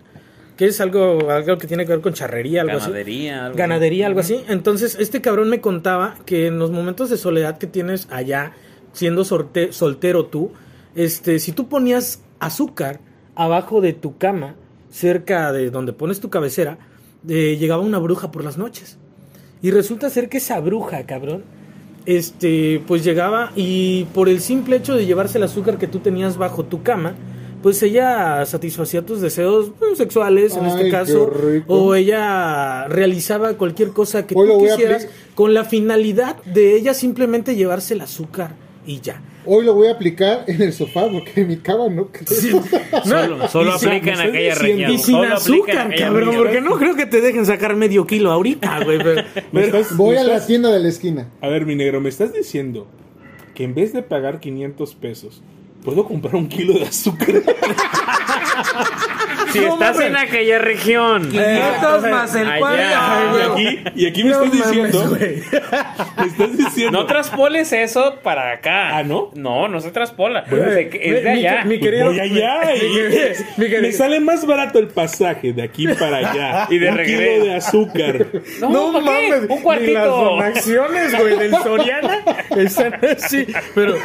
que es algo, algo que tiene que ver con charrería, algo Ganadería. así. algo Ganadería, algo así. Entonces, este cabrón me contaba que en los momentos de soledad que tienes allá, siendo sorte- soltero tú, este, si tú ponías azúcar abajo de tu cama, cerca de donde pones tu cabecera, eh, llegaba una bruja por las noches. Y resulta ser que esa bruja, cabrón, este, pues llegaba y por el simple hecho de llevarse el azúcar que tú tenías bajo tu cama, pues ella satisfacía tus deseos bueno, sexuales en Ay, este qué caso, rico. o ella realizaba cualquier cosa que Hoy lo tú voy a quisieras apli- con la finalidad de ella simplemente llevarse el azúcar y ya. Hoy lo voy a aplicar en el sofá porque mi cama no creo. Solo, solo y sin- aplica en me estoy aquella diciendo- región. Y sin Solo aplica en azúcar, aquella cabrón, región. porque no creo que te dejen sacar medio kilo ahorita, güey. pero- Me estás- Voy me a la estás- tienda de la esquina. A ver, mi negro, me estás diciendo que en vez de pagar 500 pesos, puedo comprar un kilo de azúcar. Si estás en aquella región. Eh, 500 más el Allá. Ah, y, cuarto. aquí, y aquí me estás diciendo. me estás diciendo. No traspoles eso para acá. Ah, ¿no? No, no se traspola. Se- es de mi- allá. mi- Pues voy allá y- mi querido- me sale más barato el pasaje de aquí para allá Y de un regreso. kilo de azúcar No, ¿pa' qué? Un ni las cuartito. donaciones, güey, del Soriana. están así, pero.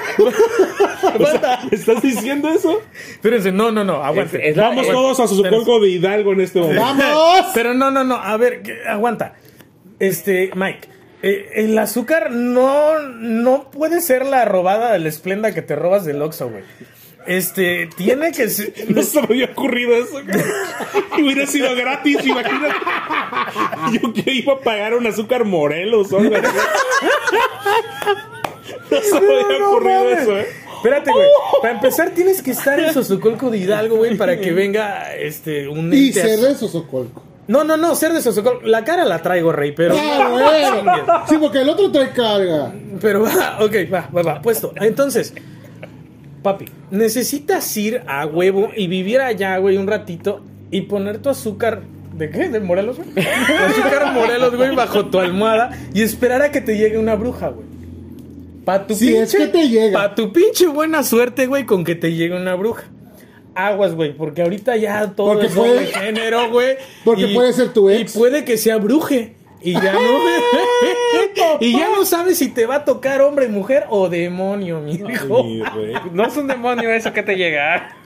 Banda, ¿Me estás diciendo eso Espérense, no, no, no, aguante. Es- es la- vamos eh, todos a Sosocolco de Hidalgo en este momento ¡Vamos! Pero no, no, no, a ver, que- aguanta. Este, Mike, eh, el azúcar no, no puede ser la robada de la esplenda que te robas del Oxxo, güey. Este, tiene que ser. no se me había ocurrido eso y hubiera sido gratis imagínate yo que iba a pagar un azúcar Morelos o algo así. no se me había No ocurrido mames. eso ¿eh? Oh. Espérate, güey. Para empezar, tienes que estar en Sosocolco de Hidalgo, güey, para que venga este un Y ente así. cerré Sosocolco. No, no, no, ser de Sosocolco. La cara la traigo, rey, pero. ¡Ah, bueno! Sí, porque el otro trae carga. Pero va, ok, va, va, va, puesto. Entonces, papi, necesitas ir a huevo y vivir allá, güey, un ratito y poner tu azúcar. ¿De qué? ¿De Morelos, güey? Tu azúcar Morelos, güey, bajo tu almohada y esperar a que te llegue una bruja, güey. Pa' tu Si pinche. es que te llega. Pa' tu pinche buena suerte, güey, con que te llegue una bruja. Aguas, güey, porque ahorita ya todo Porque es doble puede- género, güey. porque puede ser tu ex. Y puede que sea bruje. Y ya no. y ya no sabes si te va a tocar hombre, mujer o demonio, mi hijo. Mi rey. No es un demonio eso que te llega.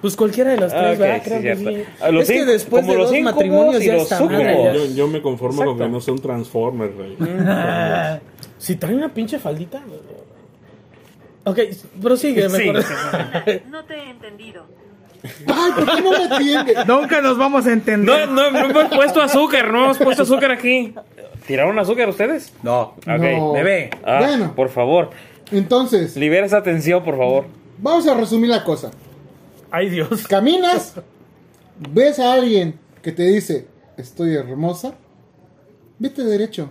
Pues cualquiera de las Ah, tres, ok, ¿verdad? sí, Creo que cierto. sí. A los es que cinco- después como de los dos incómodos matrimonios y ya los está súculos. madre, ya. yo, yo me conformo con que Exacto. no sea un Transformer rey. Si trae una pinche faldita. Ok, prosigue mejor. Eh. Perdona, no te he entendido. ¡Ay, por qué no me atiende! Nunca nos vamos a No, entender. no, no hemos puesto azúcar, no hemos puesto azúcar aquí. ¿Tiraron azúcar ustedes? No. Ok. No. Bebé. Ah, Bueno. Por favor, Entonces, libera esa tensión, por favor. vamos a resumir la cosa. Ay, Dios. Caminas, ves a alguien que te dice, estoy hermosa, vete derecho.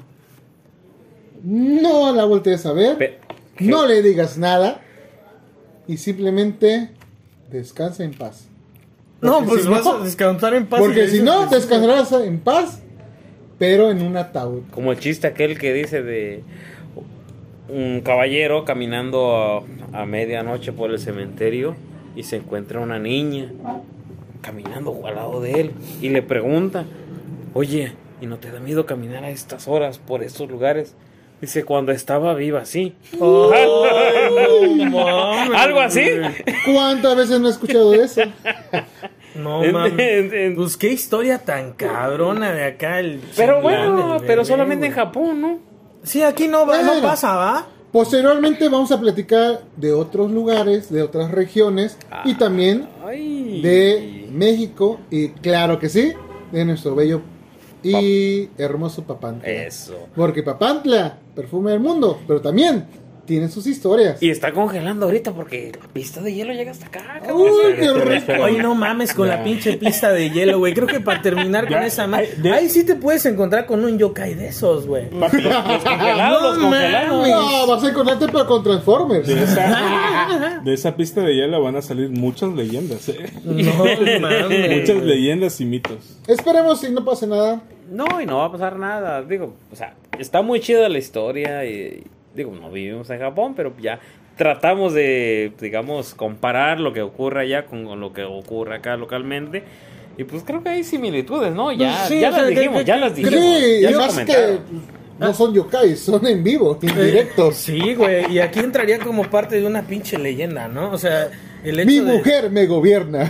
No la voltees a ver, Pe- no le digas nada y simplemente descansa en paz. No, Porque pues si vas no- a descansar en paz. y Porque le si dices no, que sí. descansarás en paz, pero en un ataúd. Como el chiste aquel que dice de un caballero caminando a, a medianoche por el cementerio y se encuentra una niña caminando al lado de él y le pregunta, oye, ¿y no te da miedo caminar a estas horas por estos lugares? Dice, cuando estaba viva, sí. Algo así. ¿Cuántas veces no he escuchado de eso? No En- en- en- mames. Pues qué historia tan cabrona de acá el. Pero chingán, el bueno, bebé, pero solamente güey. en Japón, ¿no? Sí, aquí no, va, no Bueno. pasa, ¿va? Posteriormente vamos a platicar de otros lugares, de otras regiones Ah. y también Ay. de México y claro que sí, de nuestro bello y hermoso Papantla. Eso. Porque Papantla, perfume del mundo, pero también tiene sus historias. Y está congelando ahorita porque la pista de hielo llega hasta acá. cabrón. Uy, Espera, qué espera, rico. espera. Oye, no mames con la No. pinche pista de hielo, güey. Creo que para terminar con Ya, esa ma- ay, de- Ahí sí te puedes encontrar con un yokai de esos, güey. Papi, los- los Congelados, No los congelados. mames. No, vas a encontrarte pero con Transformers. De esa, de esa pista de hielo van a salir muchas leyendas, ¿eh? No mames. Muchas leyendas y mitos. Esperemos si no pase nada. No, y no va a pasar nada. Digo, o sea, está muy chida la historia. Y, digo, no vivimos en Japón, pero ya tratamos de, digamos, comparar lo que ocurre allá con lo que ocurre acá localmente. Y pues creo que hay similitudes, ¿no? Ya, Pues sí, ya o las sea, que- dijimos, que- ya las Sí, dijimos. y ya lo más que comentaron. no son yokai, son en vivo, en directo. Sí, güey. Y aquí entraría como parte de una pinche leyenda, ¿no? O sea, el hecho Mi de- mujer me gobierna.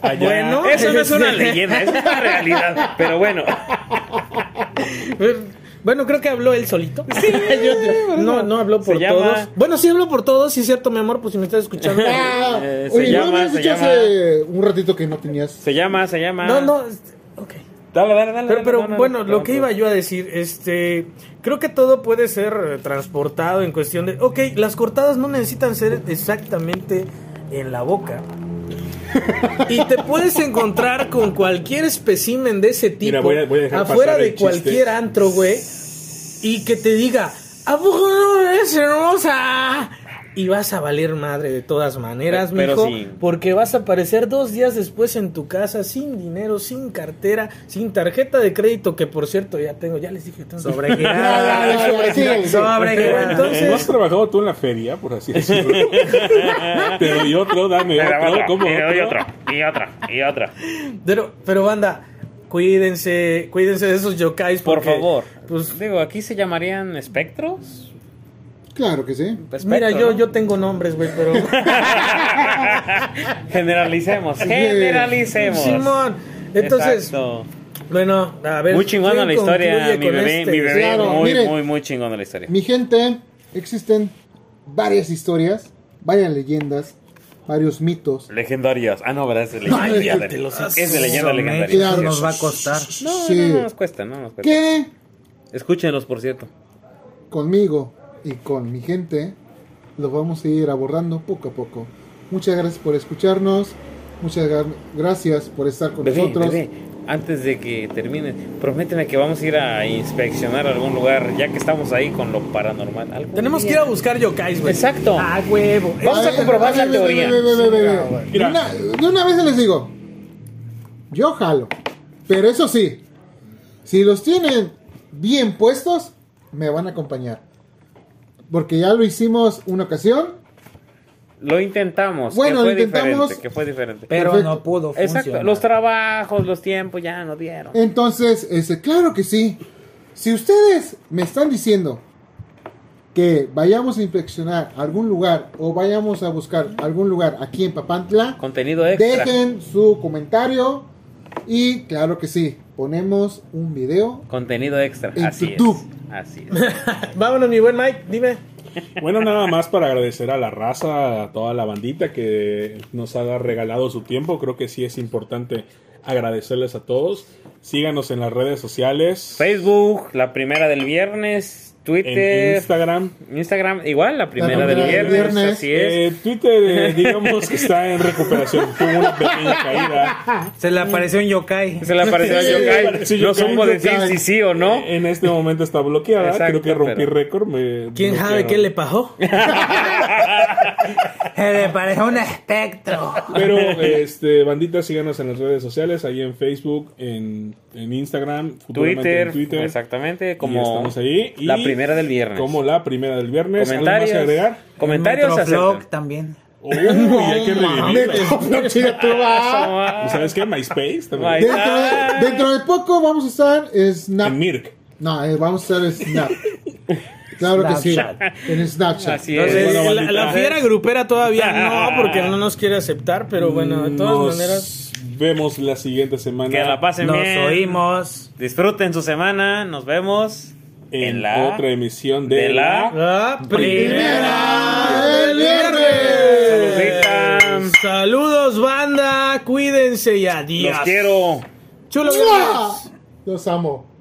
Allá, Bueno. Eso no es una Este- leyenda, es una realidad. Pero bueno, Pues, Bueno, creo que habló él solito. Yo- no, no habló por Se llama- todos. Bueno, sí habló por todos, sí es cierto, mi amor, pues si me estás escuchando. Ah, Eh, se Oye, llama, ¿no habías se dicho llama- hace un ratito que no tenías? se llama, se llama. no, no, este, ok. Dale, dale, dale. Pero, dale, pero no, no, bueno, no, lo no, que no. iba yo a decir, este, creo que todo puede ser eh, transportado en cuestión de, ok, las cortadas no necesitan ser exactamente en la boca. Y te puedes encontrar con cualquier espécimen de ese tipo Mira, voy a- voy a dejar afuera pasar el de chiste. cualquier antro, güey, y que te diga, ¿a poco no eres hermosa? Y vas a valer madre de todas maneras, Pe- pero mijo, sí. porque vas a aparecer dos días después en tu casa sin dinero, sin cartera, sin tarjeta de crédito, que por cierto ya tengo, ya les dije. Tengo. Sobregirada. Ya, ya, ya, sí, sí. sobregirada. Entonces- ¿No has trabajado tú en la feria, por así decirlo? Te doy otro, dame Pero otro. otra, ¿cómo y doy otro? otra, y otra, y otra. Pero, pero banda, cuídense, cuídense de esos yokais. Por porque, favor. Pues, Pues digo, aquí se llamarían espectros. Claro que sí. mira, Espectro, yo, ¿no? yo tengo nombres, güey, pero... Generalicemos, generalicemos. Simón, entonces, Exacto. bueno, a ver. muy chingona ¿quién la historia, concluye mi con bebé, este? mi bebé, Claro, muy, miren. muy, muy chingona la historia. Mi gente, existen varias historias, varias leyendas, varios mitos. Legendarias. Ah, no, verdad, es de Ay, leyenda. te los- es de leyenda Eso, legendaria. México Claro. nos va a costar. No, no, Sí. no nos cuesta, no nos cuesta. Que Escúchenlos, por cierto. conmigo y con mi gente lo vamos a ir abordando poco a poco. Muchas gracias por escucharnos. Muchas gra- gracias por estar con Bebé, nosotros. bebé, antes de que termine, prométeme que vamos a ir a inspeccionar algún lugar, ya que estamos ahí con lo paranormal. Algún Tenemos que ir día. a buscar yokais, güey. Exacto. A huevo. Vamos a Ah, ver, comprobar la ver, ver, teoría. ver, ver, ver, ver. Mira. Una- de una vez les digo, yo jalo. Pero eso sí, si los tienen bien puestos, me van a acompañar. Porque ya lo hicimos una ocasión. Lo intentamos. Bueno, que lo fue intentamos. Diferente, que fue diferente. Pero Perfecto. no pudo funcionar. Exacto. Los trabajos, los tiempos ya no dieron. Entonces, este, claro que sí. Si ustedes me están diciendo que vayamos a inspeccionar algún lugar o vayamos a buscar algún lugar aquí en Papantla, Contenido extra. Dejen su comentario y claro que sí, ponemos un video. Contenido extra. En Así YouTube. es. Así es. Vámonos, mi buen Mike, dime. Bueno, nada más para agradecer a la raza, a toda la bandita que nos ha regalado su tiempo. Creo que sí es importante agradecerles a todos. Síganos en las redes sociales. Facebook, la primera del viernes. En Twitter, Instagram. Instagram, igual, la primera, primera del del viernes, viernes, así es. Eh, Twitter, eh, digamos que está en recuperación. Tuvo una pequeña caída. Se le apareció un yokai. Se le apareció a Sí, le Yokai. apareció No Yokai, supo decir Yokai. si sí o no. En este momento está bloqueada. Exacto, Creo que rompí pero- récord. me ¿Quién sabe bloquearon. qué le pasó? Se le pareció un espectro. Pero, este, bandita, síganos en las redes sociales, ahí en Facebook, en, en Instagram, futuramente Twitter, en Twitter. exactamente, Y como estamos ahí. Y la primera del viernes. Como la primera del viernes. ¿Algo más que comentarios, agregar? comentarios se Metroflog aceptan. también. Uy, hay que revivirla. Metroflog, chica, tú vas. Ah, ¿Y ¿Sabes qué? MySpace Ay. también. Dentro de, dentro de poco vamos a usar En Snap. Mirk. No, eh, vamos a usar Snap. Claro que sí. En Snapchat. Así es. Entonces, bueno, la, bandita. la fiera grupera todavía no, porque no nos quiere aceptar, pero bueno, de todas Nos maneras. vemos la siguiente semana. que la pasen Nos bien. oímos. Disfruten su semana. Nos vemos En, en, la otra emisión de, de la- La Primera del viernes. Saludita. Saludos, banda. Cuídense y adiós. Los quiero. Chulo. ¡Mua! gracias. Los amo.